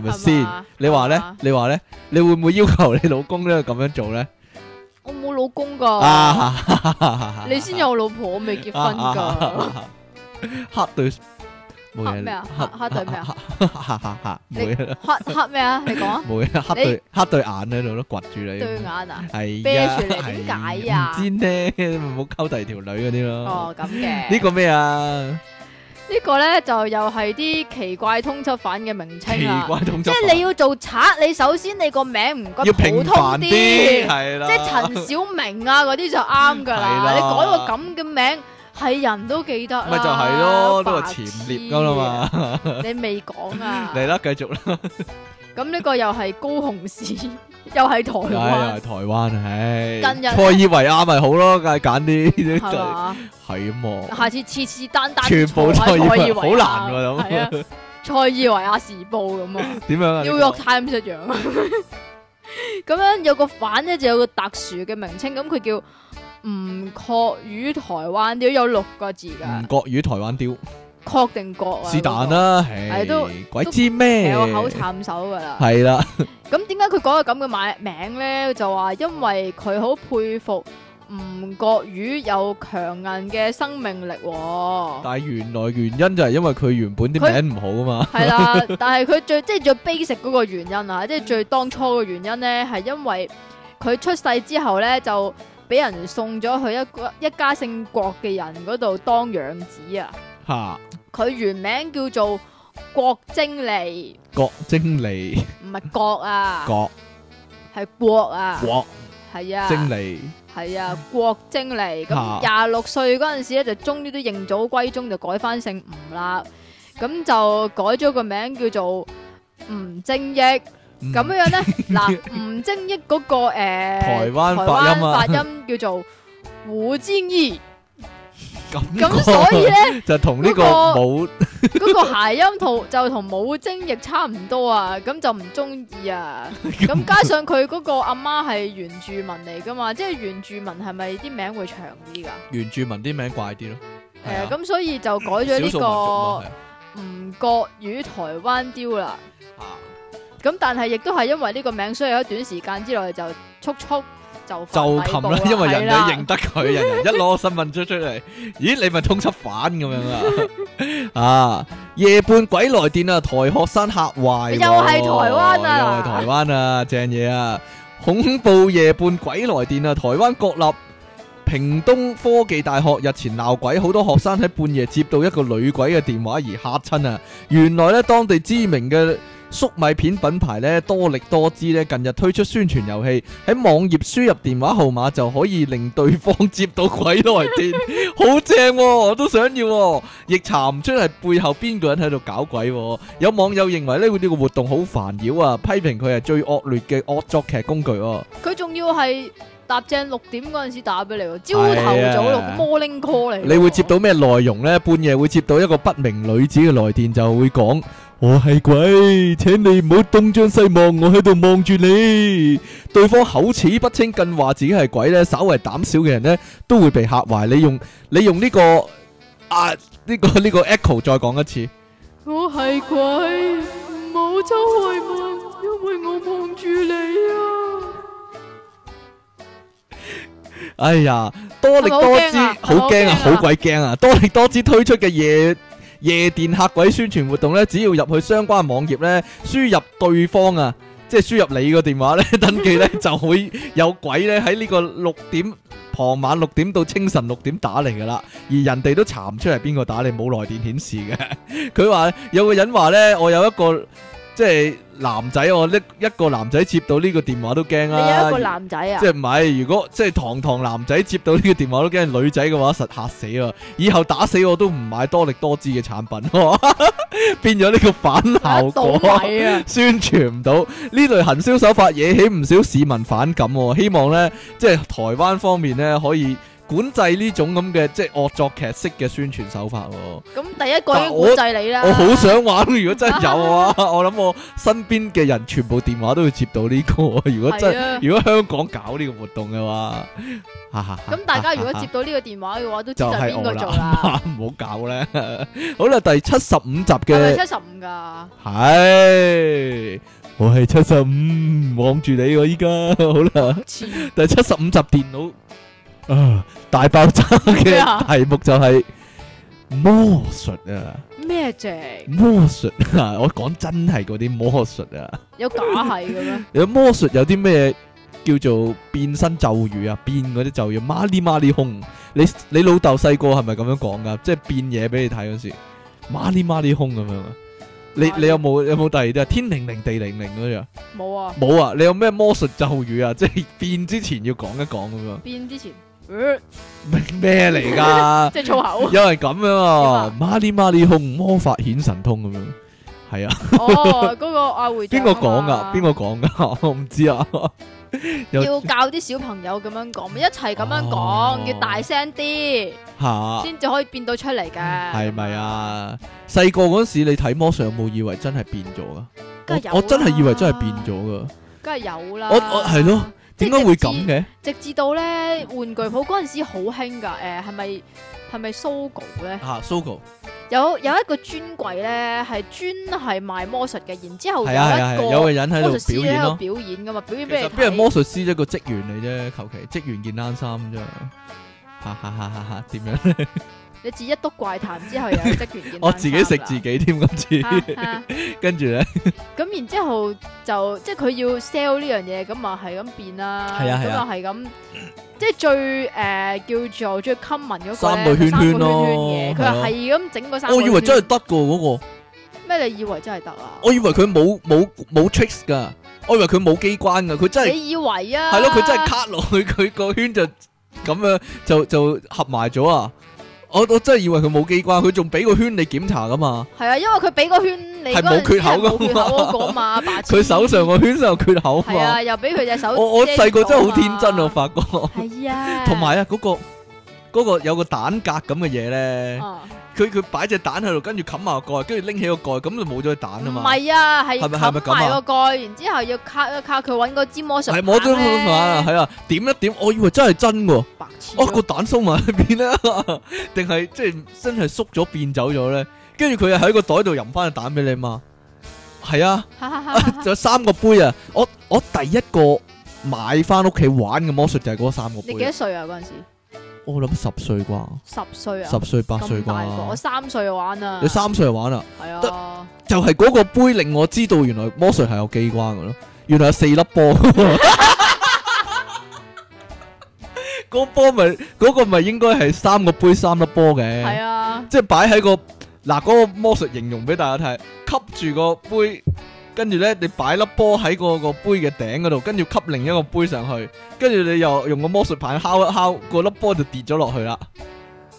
Speaker 1: 係咪
Speaker 2: 係
Speaker 1: 先？
Speaker 2: 嘛啊
Speaker 1: 你話
Speaker 2: 係
Speaker 1: 咧
Speaker 2: 嘛？
Speaker 1: 你話咧？你會唔會要求你老公咧咁樣做咧？
Speaker 2: 我冇老公噶，
Speaker 1: 啊，
Speaker 2: 你先有老婆，我未結婚噶。
Speaker 1: 啊。黑對冇嘢
Speaker 2: 黑咩啊
Speaker 1: 黑
Speaker 2: 黑黑對咩啊
Speaker 1: 黑黑黑黑
Speaker 2: 你
Speaker 1: 冇嘢啦，
Speaker 2: 黑黑咩啊？你講 啊，
Speaker 1: 冇嘢啦，黑
Speaker 2: 你
Speaker 1: 對黑對眼喺度咯，掘住你。
Speaker 2: 對眼啊？
Speaker 1: 係啊，
Speaker 2: 啤住你點解啊
Speaker 1: 係唔知呢，唔好溝第二條女嗰啲咯。
Speaker 2: 哦，咁嘅。
Speaker 1: 啊呢個咩啊？
Speaker 2: 呢個咧就又係啲奇怪通緝犯嘅名稱啊
Speaker 1: 奇
Speaker 2: 啦。
Speaker 1: 怪動
Speaker 2: 即
Speaker 1: 作，
Speaker 2: 係你要做賊，你首先你個名唔該
Speaker 1: 要
Speaker 2: 普
Speaker 1: 平
Speaker 2: 通
Speaker 1: 凡啲，係啦。
Speaker 2: 即係陳小明啊嗰啲就啱噶
Speaker 1: 係啦
Speaker 2: 啦。你改個咁嘅名，係人都記得啦。
Speaker 1: 咪就係咯，都話
Speaker 2: 白
Speaker 1: 潛
Speaker 2: 痴
Speaker 1: 獵噶啦嘛。
Speaker 2: 你未講 啊？
Speaker 1: 嚟啦，繼續啦。
Speaker 2: 咁呢個又係高雄市， 又係
Speaker 1: 唉，
Speaker 2: 台
Speaker 1: 又
Speaker 2: 灣
Speaker 1: 係，台灣，唉，
Speaker 2: 近日
Speaker 1: 塞爾維亞咪好咯，梗係揀啲
Speaker 2: 係嘛？
Speaker 1: 係啊嘛，
Speaker 2: 下次次次單單
Speaker 1: 全部塞爾維亞好難喎咁
Speaker 2: 係啊，塞爾維亞時報咁啊
Speaker 1: 點樣啊？
Speaker 2: ，New York Times 一樣。 咁樣有個反咧就有個特殊嘅名稱，咁佢叫吳確與台灣屌，有六個字
Speaker 1: 唔
Speaker 2: 㗎，
Speaker 1: 國語台灣雕，
Speaker 2: 確定國啊，
Speaker 1: 嗯是但
Speaker 2: 嗰
Speaker 1: 啦，
Speaker 2: 係都
Speaker 1: 係鬼知咩？
Speaker 2: 個，係我口慘手㗎啦。
Speaker 1: 係啦，
Speaker 2: 咁點解佢講個咁嘅買名咧？就話因為佢好佩服吳國語有強硬嘅生命力、喎。
Speaker 1: 但係原來原因就係因為佢原本啲
Speaker 2: 佢
Speaker 1: 名唔好啊 嘛，
Speaker 2: 係啦，但係佢最即係最 basic 嗰個原因啊，即係最當初嘅原因咧，係因為佢出世之後咧就俾人送咗去一個一家姓郭嘅人嗰度當養子啊。
Speaker 1: 吓
Speaker 2: 佢原名叫做郭精利，
Speaker 1: 郭精利，
Speaker 2: 唔係郭啊，
Speaker 1: 郭
Speaker 2: 係郭啊，
Speaker 1: 郭
Speaker 2: 係啊，
Speaker 1: 精利，
Speaker 2: 系啊，郭精嚟
Speaker 1: 啊
Speaker 2: 咁廿六歲嗰阵时咧，就終於都認祖歸宗，就改翻姓吳啦。咁就改咗個名叫做吳精益，咁
Speaker 1: 嗯
Speaker 2: 樣 樣咧，嗱，吳精益嗰個诶
Speaker 1: 台灣發音啊
Speaker 2: 发音叫做胡精義，
Speaker 1: 咁
Speaker 2: 咁
Speaker 1: 個
Speaker 2: 所以咧
Speaker 1: 就同呢個
Speaker 2: 嗰個
Speaker 1: 冇
Speaker 2: 嗰個諧音同就同武精亦差唔多啊，咁就唔中意 啊。咁加上佢嗰個阿媽係原住民嚟噶嘛，即係原住民係咪啲名會長啲㗎？
Speaker 1: 原住民啲名怪啲咯，係
Speaker 2: 诶，
Speaker 1: 啊
Speaker 2: 咁、所以就改
Speaker 1: 少
Speaker 2: 咗
Speaker 1: 數民族啊嘛
Speaker 2: 呢個吳國語台灣雕啦。
Speaker 1: 係啊
Speaker 2: 咁但係亦都係因為呢個名，所以喺短時間之內就速速就發
Speaker 1: 就
Speaker 2: 禮
Speaker 1: 擒
Speaker 2: 部
Speaker 1: 啦，因為人
Speaker 2: 係啦
Speaker 1: 哋認得佢，人人一攞身份證出嚟，咦，你咪通緝犯咁樣啊？啊，夜半鬼來電啊，台學生嚇壞喎，
Speaker 2: 又係台灣啊
Speaker 1: 又係台灣啊，正嘢啊！恐怖夜半鬼來電啊，台灣國立。屏東科技大學日前鬧鬼，好多學生喺半夜接到一個女鬼嘅電話而嚇親啊！原來咧，當地知名嘅粟米片品牌咧多力多姿咧，近日推出宣傳遊戲，喺網頁輸入電話號碼就可以令對方接到鬼來電，好正喎、我都想要、喎。亦查唔出係背後邊個人喺度搞鬼、喎。有網友認為咧呢個活動好煩擾啊，批評佢係最惡劣嘅惡作劇工具、喎。
Speaker 2: 佢仲要係搭正六點嗰阵时打俾你喎，朝頭早六
Speaker 1: 係啊
Speaker 2: morning call 嚟喎。
Speaker 1: 你會接到咩內容呢？半夜會接到一個不明女子嘅來電，就會講：我係鬼，請你唔好東張西望，我喺度望住你。對方口齒不清，更話自己係鬼呢，稍為膽小嘅人呢，都會被嚇壞。你用你用呢、個啊呢、個呢、個 echo 再講一次，
Speaker 2: 我係鬼，唔好周圍問，因為我望住你啊！
Speaker 1: 哎呀，多力多姿，好
Speaker 2: 係咪好
Speaker 1: 驚啊，好
Speaker 2: 驚啊
Speaker 1: 鬼驚啊！多力多姿推出嘅夜。夜店嚇鬼宣傳活動呢，只要入去相關網頁呢，輸入對方啊，即係輸入你個電話呢， 登記呢，就會有鬼呢喺呢個六點傍晚六點到清晨六點打嚟噶啦，而人哋都 查唔出係邊個打你，冇來電顯示嘅。佢話有個人話呢，我有一個即係男仔，我拎一個男仔接到呢個電話都驚
Speaker 2: 你有一個
Speaker 1: 啦。
Speaker 2: 男仔啊
Speaker 1: 即，係唔係？如果即係堂堂男仔接到呢個電話都驚，女仔嘅話實嚇死啊！以後打死我都唔買多力多滋嘅產品， 變咗呢個反效
Speaker 2: 倒
Speaker 1: 果。
Speaker 2: 米啊，
Speaker 1: 宣傳唔到呢類行銷手法，惹起唔少市民反感、喎。希望呢，即係台灣方面呢，可以管制呢種咁嘅即係惡作劇式嘅宣傳手法、喎。
Speaker 2: 咁第一個已
Speaker 1: 但
Speaker 2: 經
Speaker 1: 我
Speaker 2: 管制你啦。
Speaker 1: 我好想玩，如果真係有啊，我諗我身邊嘅人全部電話都要接到呢、個。如果真，
Speaker 2: 係 啊
Speaker 1: 如果香港搞呢個活動嘅話，哈哈哈
Speaker 2: 咁大家如果接到啊呢個電話嘅話，都知
Speaker 1: 就
Speaker 2: 道
Speaker 1: 係
Speaker 2: 邊
Speaker 1: 我
Speaker 2: 個做
Speaker 1: 啦
Speaker 2: 啦。，
Speaker 1: 唔好搞咧。 好啦，第七十五集
Speaker 2: 係
Speaker 1: 嘅
Speaker 2: 咪。七十五㗎？
Speaker 1: 系，我系七十五，望住你我依家好啦。
Speaker 2: 黐
Speaker 1: 第七十五集電腦啊大爆炸
Speaker 2: 咩啊
Speaker 1: 嘅題目就係魔術啊，
Speaker 2: 咩啫？
Speaker 1: 魔術 啊，我講真係嗰啲魔術啊。
Speaker 2: 有假係嘅咩？
Speaker 1: 有魔術有啲咩叫做變身咒語啊？變嗰啲咒語，孖哩孖哩空。你你老豆細個係咪咁樣講噶？即係變嘢俾你睇嗰時，孖哩孖哩空咁樣啊？你你有冇有冇第二啲啊？天靈靈地靈靈嗰啲啊？
Speaker 2: 冇啊！
Speaker 1: 冇啊！你有咩魔術咒語啊？ 即係變之前要講一講咁樣，
Speaker 2: 變之前，呃
Speaker 1: 咩嚟 噶？
Speaker 2: 即係粗口。
Speaker 1: 有人咁樣啊？
Speaker 2: 點
Speaker 1: 孖哩孖哩空，魔法顯神通咁樣，係啊。
Speaker 2: 哦，嗰個阿會
Speaker 1: 邊
Speaker 2: 長
Speaker 1: 個
Speaker 2: 啊
Speaker 1: 講
Speaker 2: 嘛
Speaker 1: 噶？邊個講噶？ 我唔知啊。有
Speaker 2: 要教啲小朋友咁樣講，一齊咁樣
Speaker 1: 哦
Speaker 2: 講，要大聲啲，
Speaker 1: 吓，
Speaker 2: 先至可以變到出嚟嘅。
Speaker 1: 嗯係咪？啊？細個嗰時你睇魔術有冇以為真係變咗噶？
Speaker 2: 梗係有
Speaker 1: 我我真係以為真係
Speaker 2: 啦
Speaker 1: 變咗噶。
Speaker 2: 梗係有啦。
Speaker 1: 我我係咯，
Speaker 2: 即係
Speaker 1: 點解會咁
Speaker 2: 直至
Speaker 1: 嘅？
Speaker 2: 直至到咧玩具鋪嗰陣時好興㗎，誒係咪係咪 Sogo 咧？
Speaker 1: 吓，Sogo
Speaker 2: 有有一個專櫃咧係專係賣魔術嘅，然之後有
Speaker 1: 係啊係啊係，
Speaker 2: 一
Speaker 1: 有
Speaker 2: 個
Speaker 1: 個人喺
Speaker 2: 魔
Speaker 1: 度
Speaker 2: 術師
Speaker 1: 表
Speaker 2: 咧
Speaker 1: 演
Speaker 2: 喺度
Speaker 1: 咯。
Speaker 2: 表演㗎嘛，表演
Speaker 1: 其
Speaker 2: 俾你
Speaker 1: 實
Speaker 2: 睇。
Speaker 1: 邊係魔術師一個職員嚟啫，求其職員件冷衫啫。哈哈哈哈哈！ 點樣？
Speaker 2: 你自己一督怪談之後又有職權 見
Speaker 1: 我自己食自
Speaker 2: 冷
Speaker 1: 己添，今
Speaker 2: 衫
Speaker 1: 次
Speaker 2: 㗎啦。啊啊
Speaker 1: 跟住咧，
Speaker 2: 咁然之後就即係佢要 sell 呢樣嘢，咁啊係咁變啦，
Speaker 1: 係啊係
Speaker 2: 咁
Speaker 1: 啊
Speaker 2: 啊係咁，即係最誒叫做最 common 嗰個
Speaker 1: 三
Speaker 2: 咧
Speaker 1: 個圈圈
Speaker 2: 三
Speaker 1: 咯
Speaker 2: 嘅，佢
Speaker 1: 係啊
Speaker 2: 話係咁整 個三個
Speaker 1: 我
Speaker 2: 圈。
Speaker 1: 以為真係得噶嗰個，
Speaker 2: 咩？你以為真係得啊？
Speaker 1: 我以為佢冇冇冇 tricks 噶，我以為佢冇機關噶，佢真係。
Speaker 2: 你以為啊？
Speaker 1: 係咯，佢真係卡落去佢個圈就咁樣就就合埋咗啊！我我真係以為佢冇機關，佢仲俾個圈你檢查噶嘛？
Speaker 2: 係啊，因為佢俾個圈你
Speaker 1: 係冇
Speaker 2: 嗰陣時
Speaker 1: 缺口㗎嘛
Speaker 2: 係冇缺口嗰個嘛，白痴
Speaker 1: 佢手上個圈就有缺口
Speaker 2: 係
Speaker 1: 嘛？
Speaker 2: 啊，又俾佢隻手
Speaker 1: 我我
Speaker 2: 遮
Speaker 1: 細個
Speaker 2: 住
Speaker 1: 真係好
Speaker 2: 咗
Speaker 1: 天真啊，我
Speaker 2: 嘛。
Speaker 1: 發覺。
Speaker 2: 係啊，
Speaker 1: 同埋啊，嗰個嗰個有個蛋格咁嘅嘢咧，
Speaker 2: 啊
Speaker 1: 佢佢擺隻蛋喺度，跟住冚埋個蓋，跟住拎起個蓋，咁就冇咗隻蛋啊
Speaker 2: 唔
Speaker 1: 嘛。
Speaker 2: 係啊，係
Speaker 1: 係咪係咪
Speaker 2: 冚
Speaker 1: 咁啊
Speaker 2: 埋個蓋，然之後要卡一卡佢揾個支魔術棒
Speaker 1: 係
Speaker 2: 咧，
Speaker 1: 摸咗啊，係啊，點一點，我以為真係真喎。
Speaker 2: 白痴啊。
Speaker 1: 哦，個蛋縮埋喺邊啦， 定係即係真係縮咗變走咗咧？跟住佢又喺個袋度揞翻個蛋俾你嘛？係 啊，
Speaker 2: 哈哈哈哈
Speaker 1: 仲有三個杯啊！我我第一個買翻屋企玩嘅魔術就係嗰三個
Speaker 2: 你幾多
Speaker 1: 杯，
Speaker 2: 歲啊？嗰陣時
Speaker 1: 我諗十歲啩，
Speaker 2: 十歲啊，
Speaker 1: 十歲八歲
Speaker 2: 咁大個，我
Speaker 1: 啩，
Speaker 2: 三歲玩啊，
Speaker 1: 你三歲就玩啦，
Speaker 2: 係啊，
Speaker 1: 就係嗰個杯令我知道原來魔術係有機關嘅咯，原來有四粒 波。嗰波咪嗰個咪應該係三個杯三粒波嘅，
Speaker 2: 係啊，
Speaker 1: 即係擺喺個嗱嗰、個魔術形容俾大家睇，吸住個杯，跟住咧你擺粒波喺個個杯嘅頂嗰度，跟住吸另一個杯上去，跟住你又用個魔術棒敲一敲，個粒波就跌咗落去啦，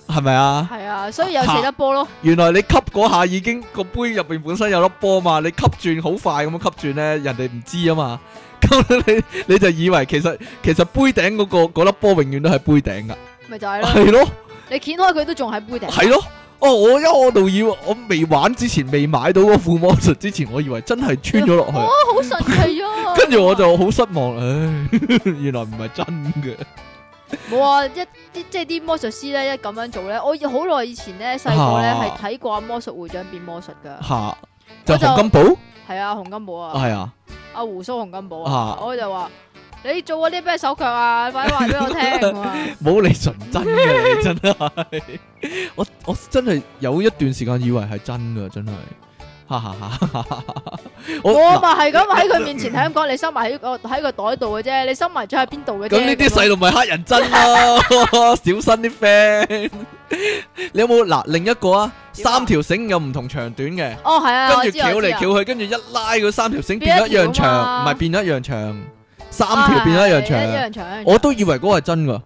Speaker 1: 係咪啊？
Speaker 2: 係啊，所以有四粒波咯，
Speaker 1: 原來你吸嗰下已經個杯入邊本身有粒波嘛，你吸轉好快咁樣吸轉咧，人哋唔知啊嘛。 咁你你就以為其實其實杯頂嗰、個嗰粒波永遠都係杯頂噶，
Speaker 2: 咪就 係咯，
Speaker 1: 係咯。
Speaker 2: 你掀開佢都仲喺杯頂，
Speaker 1: 係咯，哦，我因為我度以為我未玩之前，未買到嗰副魔術之前，我以為真係穿咗落
Speaker 2: 哦
Speaker 1: 去，，
Speaker 2: 好神奇啊，
Speaker 1: 跟住我就好失望，唉， 原來唔係真嘅，
Speaker 2: 冇啊，一啲即係啲魔術師咧一咁樣做咧，我好耐以前咧細個咧
Speaker 1: 啊
Speaker 2: 係睇過阿魔術會長變魔術噶，
Speaker 1: 吓就
Speaker 2: 我就
Speaker 1: 洪金寶
Speaker 2: 係啊，洪金寶啊，
Speaker 1: 係啊，
Speaker 2: 阿胡鬚洪金寶
Speaker 1: 啊
Speaker 2: 啊，我就話你做嗰啲咩手腳啊，快啲話俾我 聽咁啊，
Speaker 1: 冇你純真嘅，你真 係，我我真係有一段時間以為係真嘅，真係哈哈哈哈哈！
Speaker 2: 我
Speaker 1: 我嗱
Speaker 2: 咪係咁喺佢面前係咁講，你收埋喺個喺個袋度嘅啫，你收埋咗喺邊度嘅啫。
Speaker 1: 咁呢啲細路咪黑人憎咯， 小新啲 friend。你有冇嗱另一個啊？
Speaker 2: 點啊
Speaker 1: 三條繩有唔同長短嘅。
Speaker 2: 哦係啊，我
Speaker 1: 跟住
Speaker 2: 知我
Speaker 1: 翹嚟
Speaker 2: 知啊
Speaker 1: 翹去，跟住一拉嗰三條繩變
Speaker 2: 變
Speaker 1: 咗
Speaker 2: 咗
Speaker 1: 一樣
Speaker 2: 條啊
Speaker 1: 長，唔
Speaker 2: 嘛
Speaker 1: 係變咗一樣長，三
Speaker 2: 啊
Speaker 1: 條變咗一樣
Speaker 2: 係一
Speaker 1: 長。
Speaker 2: 樣長。
Speaker 1: 我都以為嗰個係真㗎，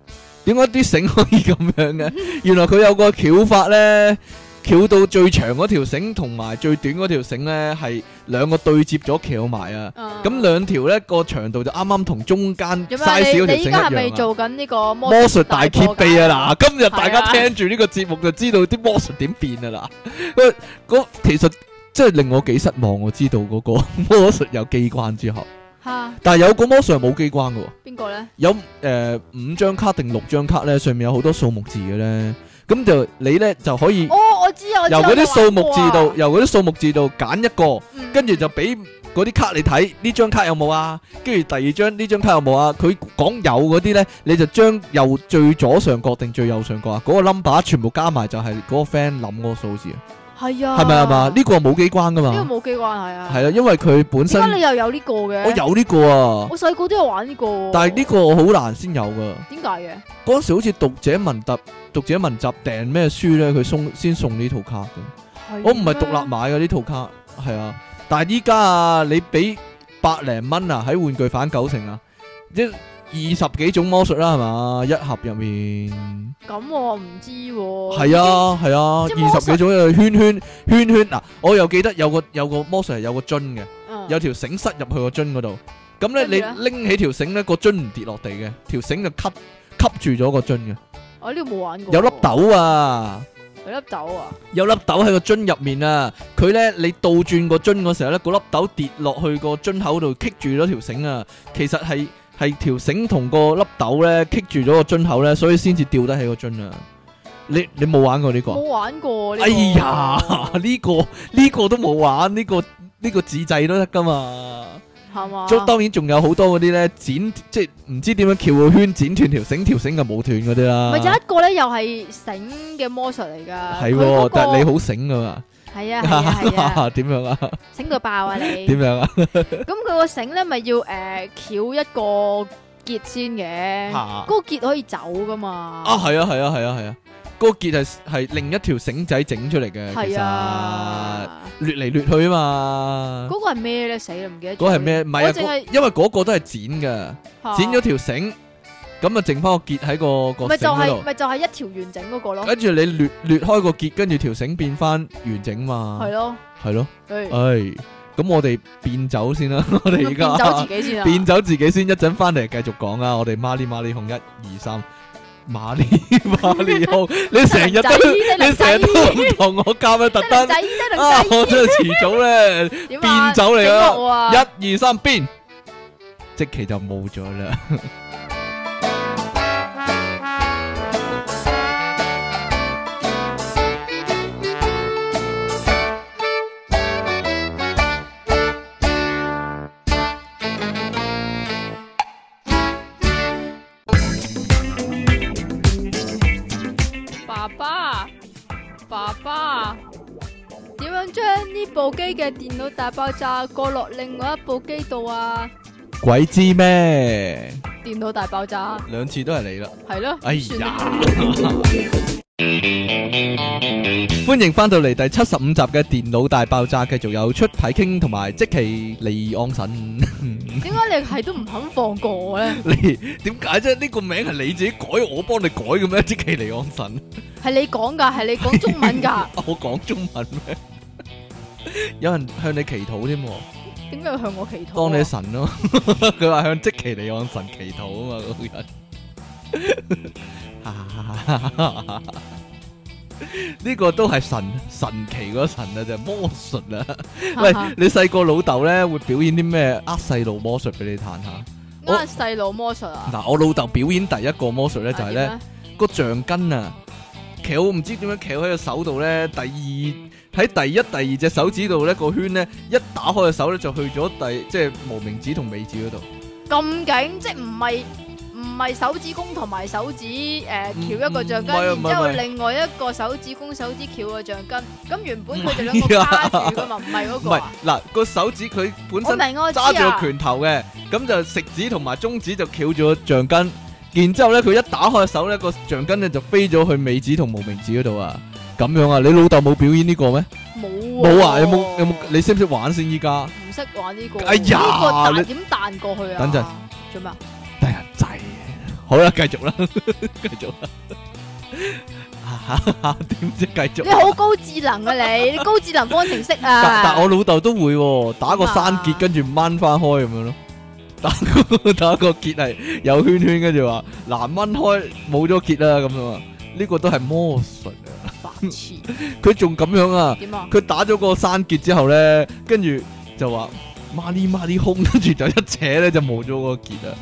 Speaker 1: 點解啲繩可以咁樣 嘅？原來佢有個翹法咧，翹到最長嗰條繩同埋最短嗰條繩咧係兩個對接咗翹埋啊！
Speaker 2: 啊
Speaker 1: 咁兩條咧個長度就啱啱同中間 size
Speaker 2: 做
Speaker 1: 嗰
Speaker 2: 咩？你
Speaker 1: 條
Speaker 2: 你依家係
Speaker 1: 繩
Speaker 2: 咪
Speaker 1: 一樣啊。
Speaker 2: 做緊呢個魔
Speaker 1: 魔術大揭秘啊！嗱，今日大
Speaker 2: 係
Speaker 1: 家
Speaker 2: 啊
Speaker 1: 聽住呢個節目就知道啲魔術點變啊嗱。喂，嗰其實真係令我幾失望，我知道嗰個 魔術有機關之後，
Speaker 2: 嚇
Speaker 1: 但係有個魔術係冇機關嘅喎，
Speaker 2: 邊個咧？
Speaker 1: 有誒、呃五張卡定六張卡咧，上面有好多數目字嘅咧，咁就你咧就可以
Speaker 2: 哦，我知啊，我知
Speaker 1: 由嗰啲數目字度，
Speaker 2: 我
Speaker 1: 由嗰啲數目字度揀一個。
Speaker 2: 有玩過啊
Speaker 1: 跟住就俾嗰啲卡你睇，呢張卡有冇啊？跟住第二張呢張卡有冇啊？佢講有嗰啲呢，你就將右最左上角定最右上角啊嗰、個 number 全部加埋就係嗰個 friend 諗嗰個數字啊，
Speaker 2: 係啊，
Speaker 1: 係咪啊嘛？呢個冇機關噶
Speaker 2: 呢
Speaker 1: 嘛，
Speaker 2: 個冇機關係啊，
Speaker 1: 係啦，因為佢本身
Speaker 2: 點解你又有呢個嘅？
Speaker 1: 我，有呢個啊，
Speaker 2: 我細個都有玩呢個喎。
Speaker 1: 但係呢個我好難先有噶。
Speaker 2: 點解嘅？
Speaker 1: 嗰陣時好似讀者文集，讀者文集訂咩書呢？佢送先送呢套卡嘅。我唔係獨立買嘅呢套卡，係啊，但係依家啊，你俾百零蚊啊，喺玩具反九成啊，即二十幾種魔術啦，係嘛？一盒入面
Speaker 2: 立咁我唔知喎。
Speaker 1: 係啊係啊，
Speaker 2: 哦即
Speaker 1: 二
Speaker 2: 魔
Speaker 1: 十幾
Speaker 2: 術
Speaker 1: 種有圈圈圈圈嗱，我又記得有個有個魔術係有個樽嘅，
Speaker 2: 嗯，
Speaker 1: 有條繩塞入去個樽嗰度，咁
Speaker 2: 跟住
Speaker 1: 咧
Speaker 2: 呢
Speaker 1: 你拎起條繩咧，個樽唔跌落地嘅，條繩就吸吸住咗個樽嘅，
Speaker 2: 我呢個冇玩過。
Speaker 1: 有粒，豆啊！
Speaker 2: 有粒豆啊！
Speaker 1: 有粒豆喺個樽入面啊！佢呢，你倒轉個樽嗰時候呢，嗰粒豆跌落去個樽口度，棘住咗條繩啊！其實係係條繩同個粒豆呢，棘住咗個樽口呢，所以先至吊得起個樽啊！你你冇玩過呢、個
Speaker 2: 冇
Speaker 1: 啊？
Speaker 2: 玩過呢個。
Speaker 1: 哎呀，呢、個呢、個都冇玩，呢、個呢、個自製都得噶嘛！
Speaker 2: 係嘛？
Speaker 1: 咁當然仲有好多嗰啲呢，剪，即係唔知點樣翹個圈剪斷條繩，條繩就冇斷嗰啲啦。
Speaker 2: 咪有一個咧，又係繩嘅魔術嚟㗎。
Speaker 1: 係
Speaker 2: 佢
Speaker 1: 喎
Speaker 2: 嗰個
Speaker 1: 但係你好醒噶嘛？
Speaker 2: 係啊係啊 係啊，
Speaker 1: 點樣啊？
Speaker 2: 醒到爆啊你！
Speaker 1: 點
Speaker 2: 咁
Speaker 1: 樣啊？
Speaker 2: 佢個繩咧咪要誒翹一個結先嘅，
Speaker 1: 啊
Speaker 2: 嗰個結可以走㗎嘛。
Speaker 1: 啊，係啊，係啊，係啊，係啊，嗰個結係係另一條繩仔整出嚟嘅，其
Speaker 2: 係
Speaker 1: 實
Speaker 2: 啊，
Speaker 1: 掠嚟掠去啊嘛。
Speaker 2: 嗰個係咩咧？死啦，唔記得咗。
Speaker 1: 嗰個係咩？唔係啊
Speaker 2: 我淨係啊
Speaker 1: 嗰，因為嗰個都係剪嘅，
Speaker 2: 嚇？
Speaker 1: 剪咗條繩，咁啊剩翻個結喺個個
Speaker 2: 咪就
Speaker 1: 繩
Speaker 2: 係
Speaker 1: 嗰度，
Speaker 2: 咪就係一條完整嗰個咯，
Speaker 1: 跟住你掠掠開個結，跟住條繩變翻完整嘛
Speaker 2: 係，咯，
Speaker 1: 係咯，
Speaker 2: 誒
Speaker 1: 唉，咁我哋變走先啦，我哋而
Speaker 2: 變走自
Speaker 1: 家
Speaker 2: 己 先啊，
Speaker 1: 變走自己先，一陣翻嚟繼續講啦，我哋孖呢孖呢控一二三，孖 呢孖呢控，你成日
Speaker 2: 仔，
Speaker 1: 都。你
Speaker 2: 你
Speaker 1: 成日都唔同我夾啊，特登
Speaker 2: 仔，得
Speaker 1: 啊！我
Speaker 2: 仔，
Speaker 1: 真係遲早咧，
Speaker 2: 點
Speaker 1: 變
Speaker 2: 啊？
Speaker 1: 走嚟
Speaker 2: 整我啊！
Speaker 1: 啊！一二三變，即期就冇咗啦。
Speaker 2: 爸爸，爸爸，點樣將呢部機嘅電腦大爆炸過落另外一部機度啊？
Speaker 1: 鬼知咩？
Speaker 2: 電腦大爆炸
Speaker 1: 兩次都係你啦。
Speaker 2: 係咯，
Speaker 1: 哎
Speaker 2: 算
Speaker 1: 呀
Speaker 2: 啦！
Speaker 1: 歡迎翻到嚟第七十五集嘅電腦大爆炸，繼續有出體傾同埋即期利安神。
Speaker 2: 點解你係都唔肯放過我咧？
Speaker 1: 你點解啫？呢個名係你自己改，我幫你改嘅咩？即期利安神。
Speaker 2: 係你講㗎，係你講中文㗎，
Speaker 1: 我講中文咩？有人向你祈禱添喎，
Speaker 2: 點解要向我祈禱啊？
Speaker 1: 當你神咯。 佢話向即其利昂神祈禱啊嘛，嗰個人。呢個都係神神奇嗰神啊，就係魔術啊！喂，你細個老豆咧會表演啲咩呃細路魔術俾你彈下？我
Speaker 2: 啱呃細路魔術啊！
Speaker 1: 嗱，我老豆表演第一個魔術咧就係咧
Speaker 2: 啊。點。
Speaker 1: 個橡筋啊，翹唔知點樣翹喺個手度咧，第二喺第一、第二隻手指度咧個圈咧，一打開個手咧就去咗第即係無名指同尾指嗰度，
Speaker 2: 咁勁，即係唔係唔唔係手指公同埋手指誒
Speaker 1: 唔
Speaker 2: 翹一個橡筋，
Speaker 1: 唔係啊
Speaker 2: 然
Speaker 1: 唔係
Speaker 2: 之後
Speaker 1: 唔係
Speaker 2: 另外一個手指公手指翹個橡筋。咁原本佢哋
Speaker 1: 唔
Speaker 2: 兩
Speaker 1: 係
Speaker 2: 個
Speaker 1: 啊
Speaker 2: 卡住噶嘛，唔係嗰
Speaker 1: 唔
Speaker 2: 個
Speaker 1: 係
Speaker 2: 啊。
Speaker 1: 嗱個手指佢本
Speaker 2: 我
Speaker 1: 身
Speaker 2: 明我知
Speaker 1: 揸住
Speaker 2: 啊
Speaker 1: 個，拳頭嘅，咁就食指同埋中指就翹住個橡筋，然之後咧佢一打開手咧個橡筋咧就飛咗去尾指同無名指嗰度啊，咁樣啊，你老豆冇表演呢個咩？
Speaker 2: 冇
Speaker 1: 冇
Speaker 2: 冇
Speaker 1: 啊，有冇有冇？你識唔識玩先依家？
Speaker 2: 唔識玩呢個？
Speaker 1: 哎呀
Speaker 2: 呢個
Speaker 1: 你
Speaker 2: 彈點彈過去啊？
Speaker 1: 等陣
Speaker 2: 做咩啊？
Speaker 1: 得人制，好啦，繼 續啦，繼續 À, 啦，點知繼續
Speaker 2: 你？好高智 能啊你，你高智能方程式啊
Speaker 1: 但！但我老豆都會喎，打個山結
Speaker 2: 嘛
Speaker 1: 跟住掹翻開咁樣咯，打 個打個結係有圈圈，跟住話嗱掹開冇咗結啦咁樣啊，呢個都係魔術啊！
Speaker 2: 白痴
Speaker 1: 佢仲咁樣啊，
Speaker 2: 點啊？
Speaker 1: 佢打咗個山結之後咧，跟住就話孖啲孖啲空，跟住就一扯咧就冇咗個結啊！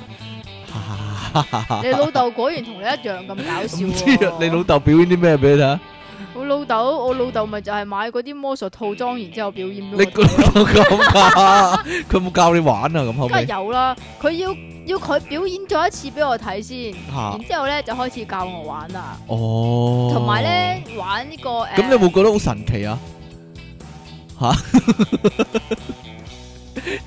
Speaker 2: 你老豆果然同你一樣咁搞笑
Speaker 1: 唔
Speaker 2: 喎
Speaker 1: 知啊，你老豆表演啲咩俾你睇啊？
Speaker 2: 我老豆，我老豆咪就係買嗰啲魔術套裝，然之後表演
Speaker 1: 你
Speaker 2: 俾
Speaker 1: 個
Speaker 2: 我睇
Speaker 1: 老
Speaker 2: 咯。
Speaker 1: 豆咁噶？ 佢有冇教你玩啊？咁後
Speaker 2: 梗係
Speaker 1: 尾
Speaker 2: 有啦，佢要要佢表演咗一次俾我睇先，
Speaker 1: 吓
Speaker 2: 然之後咧就開始教我玩啦，
Speaker 1: 哦，
Speaker 2: 同埋，咧玩呢個誒。
Speaker 1: 咁你有冇覺得好神奇啊？吓，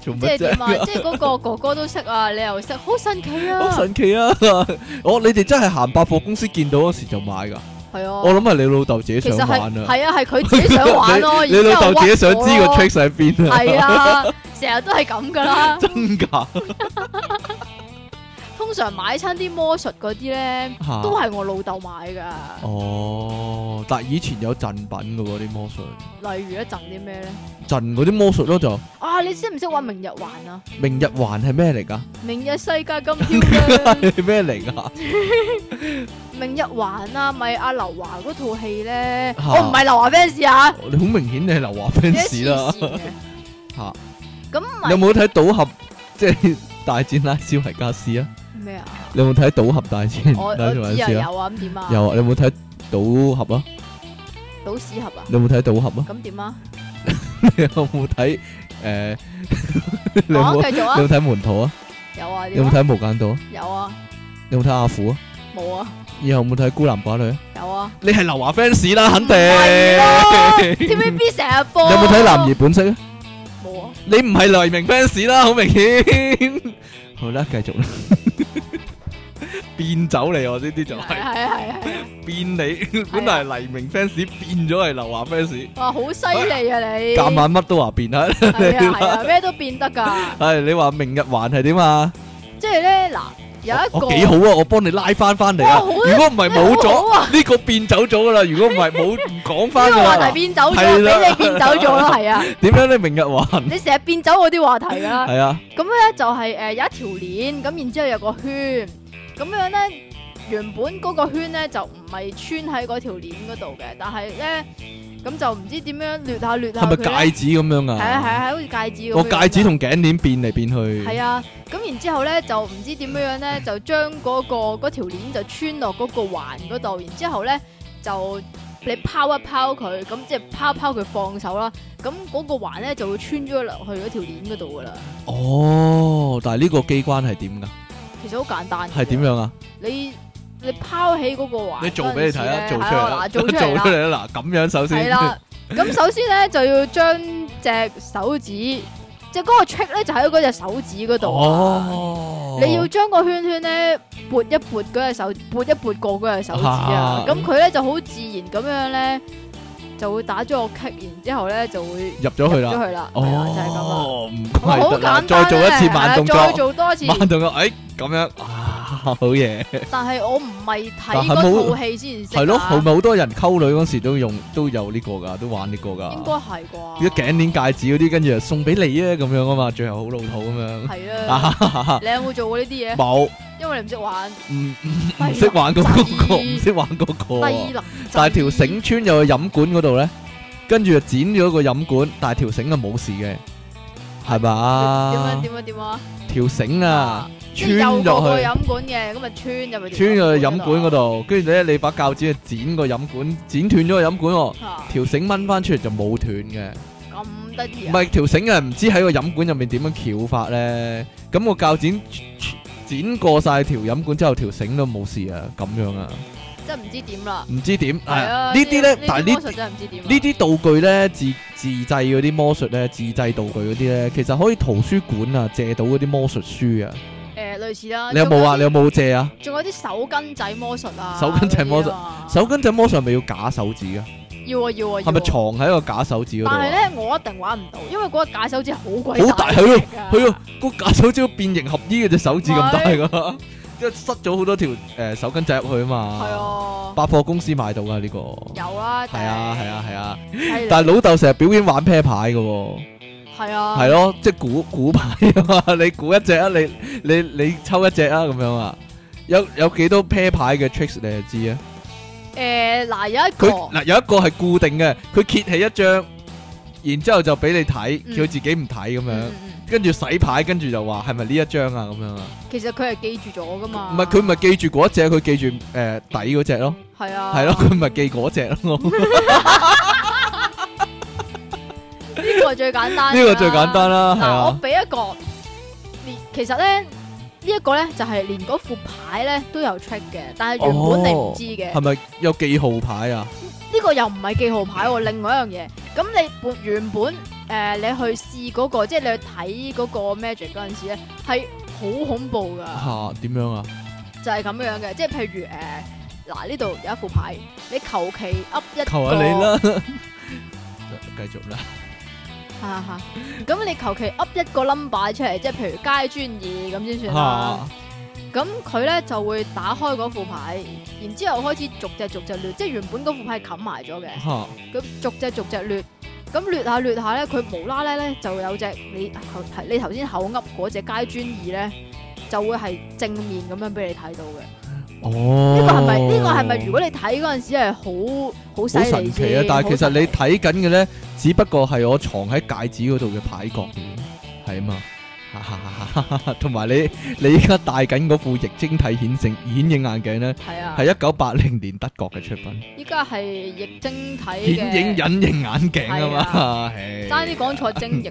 Speaker 1: 做
Speaker 2: 即
Speaker 1: 乜
Speaker 2: 係
Speaker 1: 啫
Speaker 2: 點？啊？即係嗰個哥哥都識啊，你又識，好神奇啊！
Speaker 1: 好神奇啊！ 哦，你哋真係行百貨公司見到嗰時就買噶？
Speaker 2: 係
Speaker 1: 我
Speaker 2: 啊，
Speaker 1: 諗係你老豆自己
Speaker 2: 其實
Speaker 1: 想
Speaker 2: 係
Speaker 1: 玩啊！
Speaker 2: 係啊，係佢自己想玩 咯。
Speaker 1: 你老豆自己想知個
Speaker 2: trick。
Speaker 1: trick 喺邊啊？
Speaker 2: 係啊，成日都係咁噶啦。
Speaker 1: 真噶
Speaker 2: 通常買親啲魔術嗰啲咧，
Speaker 1: 吓
Speaker 2: 都係我老豆買噶。
Speaker 1: 哦！但係以前有贈品噶喎啲魔術，
Speaker 2: 例如一贈啲咩咧？
Speaker 1: 贈嗰啲魔術咯就。
Speaker 2: 啊，你識唔識玩明日環啊？
Speaker 1: 明日環係咩嚟噶？
Speaker 2: 明日世界 今天咧，
Speaker 1: 係 咩嚟噶？
Speaker 2: 明日環啊，咪阿劉華嗰套戲咧，
Speaker 1: 嚇
Speaker 2: 我唔係劉華 fans 啊，
Speaker 1: 你好明顯你係劉華
Speaker 2: 你
Speaker 1: fans
Speaker 2: 黐
Speaker 1: 啦
Speaker 2: 線嘅。
Speaker 1: 吓，
Speaker 2: 咁
Speaker 1: 你有冇睇賭俠即係大戰拉斯維加斯啊？
Speaker 2: 咩啊？
Speaker 1: 你有冇睇賭俠大戰
Speaker 2: 我我
Speaker 1: 拉斯維
Speaker 2: 知
Speaker 1: 加
Speaker 2: 啊，
Speaker 1: 斯啊？
Speaker 2: 有啊，咁點啊？
Speaker 1: 有啊！你有冇睇賭俠啊？
Speaker 2: 老屎盒啊？
Speaker 1: 你有冇睇賭俠啊？
Speaker 2: 咁點啊？
Speaker 1: 你有冇睇誒？ 你有
Speaker 2: 講
Speaker 1: 冇
Speaker 2: 啊繼續
Speaker 1: 你有冇
Speaker 2: 啊？
Speaker 1: 睇門徒啊？
Speaker 2: 有啊？
Speaker 1: 你有
Speaker 2: 點
Speaker 1: 冇
Speaker 2: 啊？
Speaker 1: 睇無間道啊？
Speaker 2: 有啊？
Speaker 1: 你有冇睇阿虎啊？
Speaker 2: 冇啊？
Speaker 1: 你有冇睇孤男寡女啊？
Speaker 2: 有啊？
Speaker 1: 你係劉華 fans 啦，肯定。
Speaker 2: 唔係咯
Speaker 1: 你
Speaker 2: TVB 成日播。
Speaker 1: 有冇睇男兒本色啊？
Speaker 2: 冇啊？
Speaker 1: 你唔係黎明 fans 啦，好明顯。 好啦，繼續啦， 變走你我呢啲就
Speaker 2: 係
Speaker 1: 係
Speaker 2: 啊係啊係啊係啊！
Speaker 1: 變你，本來係黎明 fans 變咗係劉華 fans，
Speaker 2: 哇，好犀利啊你！
Speaker 1: 夾硬乜都話變啊！
Speaker 2: 係啊係啊，咩都變得㗎。
Speaker 1: 係你話明日還係點啊？
Speaker 2: 即係咧嗱，有一個
Speaker 1: 我幾好啊！我幫你拉翻翻嚟啊！
Speaker 2: 哇好啊
Speaker 1: 如果唔係冇
Speaker 2: 你好好啊
Speaker 1: 咗呢個變走咗噶啦，如果唔係 冇唔講
Speaker 2: 呢
Speaker 1: 翻
Speaker 2: 個
Speaker 1: 噶
Speaker 2: 話題
Speaker 1: 啦。
Speaker 2: 變走咗，
Speaker 1: 係啦
Speaker 2: 俾你變走咗咯，係 啊！
Speaker 1: 點樣咧？明日還
Speaker 2: 你成日變走我啲話題㗎啦。
Speaker 1: 係啊？
Speaker 2: 咁咧就係、誒、呃有一條鏈，咁然之後有個圈，咁樣咧原本嗰個圈咧就唔係穿喺嗰條鏈嗰度嘅，但係咧咁就唔知點樣掠下掠下佢
Speaker 1: 係咪戒
Speaker 2: 咧，
Speaker 1: 指咁樣
Speaker 2: 係
Speaker 1: 啊？
Speaker 2: 啊係啊，好似戒指咁樣
Speaker 1: 個
Speaker 2: 㗎。
Speaker 1: 戒指同頸鏈變嚟變去。
Speaker 2: 係啊，咁然之後咧就唔知點樣樣咧，就將嗰、個嗰條鏈就穿落嗰個環嗰度，然之後咧就你拋一拋佢，咁即係拋一拋佢放手啦，咁嗰個環咧就會穿咗落去嗰條鏈嗰度噶啦。
Speaker 1: 哦，但係呢個機關係點㗎？
Speaker 2: 其實好簡單，
Speaker 1: 係點？樣啊？
Speaker 2: 你你拋起嗰個環，
Speaker 1: 你做俾你睇啊，做出嚟
Speaker 2: 係
Speaker 1: 啦，
Speaker 2: 啊嗱，
Speaker 1: 做
Speaker 2: 做
Speaker 1: 出
Speaker 2: 出嚟 啦，
Speaker 1: 嚟啦，嗱咁樣首
Speaker 2: 係
Speaker 1: 先，
Speaker 2: 啦。咁首先咧就要將隻手指，即係嗰個 trick 咧就喺嗰隻手指嗰度啊。
Speaker 1: 哦，
Speaker 2: 你要將個圈圈咧撥一撥嗰隻手，撥一撥過嗰隻手指啊
Speaker 1: 啊，
Speaker 2: 咁佢咧就好自然咁樣咧就會打咗個棘，然之後咧就會
Speaker 1: 入咗去
Speaker 2: 入
Speaker 1: 啦，
Speaker 2: 咗去啦，係啊，就係咁啊。
Speaker 1: 哦，唔
Speaker 2: 我好
Speaker 1: 怪得啦，
Speaker 2: 簡單
Speaker 1: 再做一次
Speaker 2: 咧係啊
Speaker 1: 慢動
Speaker 2: 再
Speaker 1: 作，
Speaker 2: 做多次。
Speaker 1: 慢動作，哎，咁樣啊， 好嘢，
Speaker 2: 但係我唔係睇
Speaker 1: 但係
Speaker 2: 嗰
Speaker 1: 冇
Speaker 2: 套戲先識啊，
Speaker 1: 係咯，係咪好多人溝女嗰時都用都有呢個㗎，都玩呢個
Speaker 2: 應
Speaker 1: 㗎
Speaker 2: 該，係啩？
Speaker 1: 啲頸鏈戒指嗰啲，跟住就送俾你啊，咁樣啊嘛，最後好老土咁樣，
Speaker 2: 係
Speaker 1: 啊
Speaker 2: 啦。
Speaker 1: 哈哈哈
Speaker 2: 你有冇做過呢啲嘢？
Speaker 1: 冇，
Speaker 2: 因為你唔識玩，
Speaker 1: 唔 唔唔識玩嗰個，唔識玩嗰個啊。
Speaker 2: 低能。
Speaker 1: 但係條繩穿入去飲管嗰度咧，跟住就剪咗個飲管，但係條繩就冇事嘅，係
Speaker 2: 點樣
Speaker 1: 嘛？
Speaker 2: 點樣點啊？
Speaker 1: 條繩啊，
Speaker 2: 即
Speaker 1: 穿
Speaker 2: 係
Speaker 1: 咗
Speaker 2: 有個個
Speaker 1: 去，
Speaker 2: 飲管嘅，咁咪穿入
Speaker 1: 穿
Speaker 2: 去。
Speaker 1: 咗去飲管嗰。度，跟住咧你把鉸剪去剪個飲管，剪斷咗個飲管喎，
Speaker 2: 啊
Speaker 1: 條繩掹翻出嚟就冇斷嘅。
Speaker 2: 咁得意
Speaker 1: 唔
Speaker 2: 啊！
Speaker 1: 係條繩啊，唔知喺個飲管入面點樣翹法咧，咁個鉸剪剪過晒條飲管之後，條繩都冇事啊，咁樣啊，
Speaker 2: 真係唔知點啦。
Speaker 1: 唔知點
Speaker 2: 係啊，
Speaker 1: 呢啲咧，但係
Speaker 2: 魔
Speaker 1: 呢
Speaker 2: 術真係唔知點啊。
Speaker 1: 呢啲道具咧，自自製嗰啲魔術咧，自製道具嗰啲咧，其實可以圖書館啊借到嗰啲魔術書啊。
Speaker 2: 誒類似啦。
Speaker 1: 你有冇啊？你
Speaker 2: 仲
Speaker 1: 有冇借啊？
Speaker 2: 啲仲有啲手巾仔魔術啊。
Speaker 1: 手巾仔魔術
Speaker 2: 嗰啲啊
Speaker 1: 手巾仔魔術係咪要假手指噶？
Speaker 2: 要啊要啊。要啊
Speaker 1: 係咪藏喺個假手指嗰度
Speaker 2: 但係
Speaker 1: 啊？
Speaker 2: 咧，我一定玩唔到，因為嗰個假手指好鬼
Speaker 1: 好大
Speaker 2: 係
Speaker 1: 係係啊，個假手指變形合衣嘅隻手指咁大噶，即係塞咗好多條誒手巾仔入去啊
Speaker 2: 係
Speaker 1: 嘛。
Speaker 2: 啊，
Speaker 1: 百貨公司買到噶呢個。
Speaker 2: 有啊，
Speaker 1: 係啊係啊係啊，
Speaker 2: 係
Speaker 1: 但係老豆成日表演玩啤牌嘅喎。
Speaker 2: 係啊，
Speaker 1: 系咯，即系估估牌啊嘛，你 估一隻啊，你你你抽一隻啊，咁樣啊，有有几多 pair 牌嘅 tricks 你就知啊？
Speaker 2: 誒嗱有一
Speaker 1: 佢
Speaker 2: 個嗯
Speaker 1: 嗱有一個係固定嘅，佢揭起一張，然之后就俾你睇，
Speaker 2: 嗯
Speaker 1: 叫自己唔睇咁樣，
Speaker 2: 嗯嗯
Speaker 1: 跟住洗牌，跟住就話係咪呢一張啊咁樣啊？
Speaker 2: 嗯其實佢係記住咗噶嘛，
Speaker 1: 唔係佢咪記住嗰一隻，佢記住诶底嗰只咯，
Speaker 2: 係啊，
Speaker 1: 係咯， 佢咪記嗰只咯。
Speaker 2: 呢個最簡單，
Speaker 1: 呢個最簡單啦，係
Speaker 2: 啊嗱我
Speaker 1: 啊，
Speaker 2: 俾一個，連其實咧。呢一個咧就係連嗰副牌咧都有 check 嘅，但係原本你唔知嘅。
Speaker 1: 哦係咪有記號牌啊？
Speaker 2: 呢個又唔係記號牌喎，另外一樣嘢。咁你本原本誒、呃你去試嗰、個，即係你去睇嗰個 magic 嗰陣時咧，係好恐怖噶，
Speaker 1: 吓點樣啊？
Speaker 2: 就係、咁樣嘅。即係譬如誒，呃嗱呢度有一副牌，你求其噏一個
Speaker 1: 求下你， 啦，
Speaker 2: 哦
Speaker 1: 繼續啦。
Speaker 2: 嚇嚇嚇咁你求其噏一個 number 出嚟，即係譬如街專二咁先算啦。咁佢咧就會打開嗰副牌，然之後開始逐隻逐隻亂，即係原本嗰副牌係冚埋咗嘅。
Speaker 1: 嚇嚇
Speaker 2: 咁逐隻逐隻掠，咁掠下掠下咧，佢無啦啦咧就有隻你頭你頭先口噏嗰只街磚二咧，就會係正面咁樣俾你睇到嘅。
Speaker 1: 哦，
Speaker 2: 呢個係咪呢個係咪？如果你睇嗰陣時係好好犀
Speaker 1: 好
Speaker 2: 利
Speaker 1: 神奇啊
Speaker 2: 先？
Speaker 1: 但係其實
Speaker 2: 好神奇
Speaker 1: 你睇緊嘅咧，只不過係我藏喺戒指嗰度嘅牌角，係啊嘛。 哈哈哈哈哈同埋你你依家戴緊嗰副液晶體顯性顯影眼鏡咧，
Speaker 2: 係啊，
Speaker 1: 係一九八零年德國嘅出品，
Speaker 2: 依家係液晶體
Speaker 1: 顯影
Speaker 2: 嘅，
Speaker 1: 隱形眼鏡啊
Speaker 2: 係
Speaker 1: 嘛，唉
Speaker 2: 爭啲講錯精液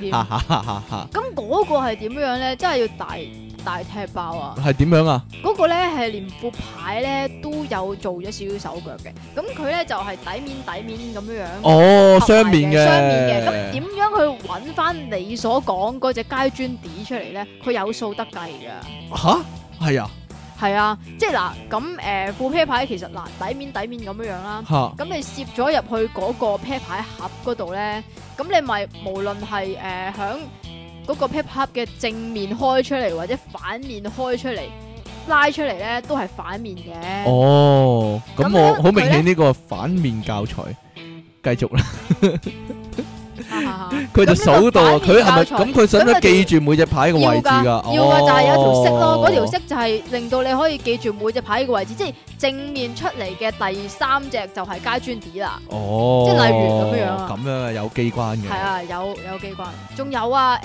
Speaker 2: 添。
Speaker 1: 哈哈哈哈哈
Speaker 2: 咁嗰個係點樣咧？真係要大大踢爆啊！
Speaker 1: 係點樣啊？
Speaker 2: 嗰個咧係連副牌咧都有做咗少少手腳嘅，咁佢咧就係、底面底面咁樣樣。
Speaker 1: 哦，雙面嘅，
Speaker 2: 雙面嘅，咁點樣去揾翻你所講嗰只街磚碟出嚟咧？佢有數得計㗎，
Speaker 1: 嚇係啊
Speaker 2: 係啊，即係嗱咁誒副啤牌其實嗱底面底面咁樣樣啦，
Speaker 1: 嚇
Speaker 2: 咁你攝咗入去嗰個啤牌盒嗰度咧，咁你咪無論係誒響嗰個啤牌盒嘅正面開出嚟，或者反面開出嚟，拉出嚟咧都係反面嘅。
Speaker 1: 哦，咁
Speaker 2: 咁
Speaker 1: 我
Speaker 2: 咧
Speaker 1: 好明
Speaker 2: 佢咧
Speaker 1: 顯呢個反面教材，繼 續啦。
Speaker 2: 哈哈哈
Speaker 1: 佢就數到，啊
Speaker 2: 咁呢個反
Speaker 1: 佢
Speaker 2: 面
Speaker 1: 係咪
Speaker 2: 教材
Speaker 1: 咁佢使唔使
Speaker 2: 咁佢就
Speaker 1: 記住每隻牌嘅位
Speaker 2: 要
Speaker 1: 置㗎？哦
Speaker 2: 㗎，要
Speaker 1: 㗎
Speaker 2: 㗎就係有條色咯，嗰條色就係令到你可以記住每隻牌嘅位置，即係正面出嚟嘅第三隻就係街磚碟啦。
Speaker 1: 哦，
Speaker 2: 即係例如咁樣啊
Speaker 1: 咁樣啊有機關嘅，
Speaker 2: 係啊，有有機關，仲有啊誒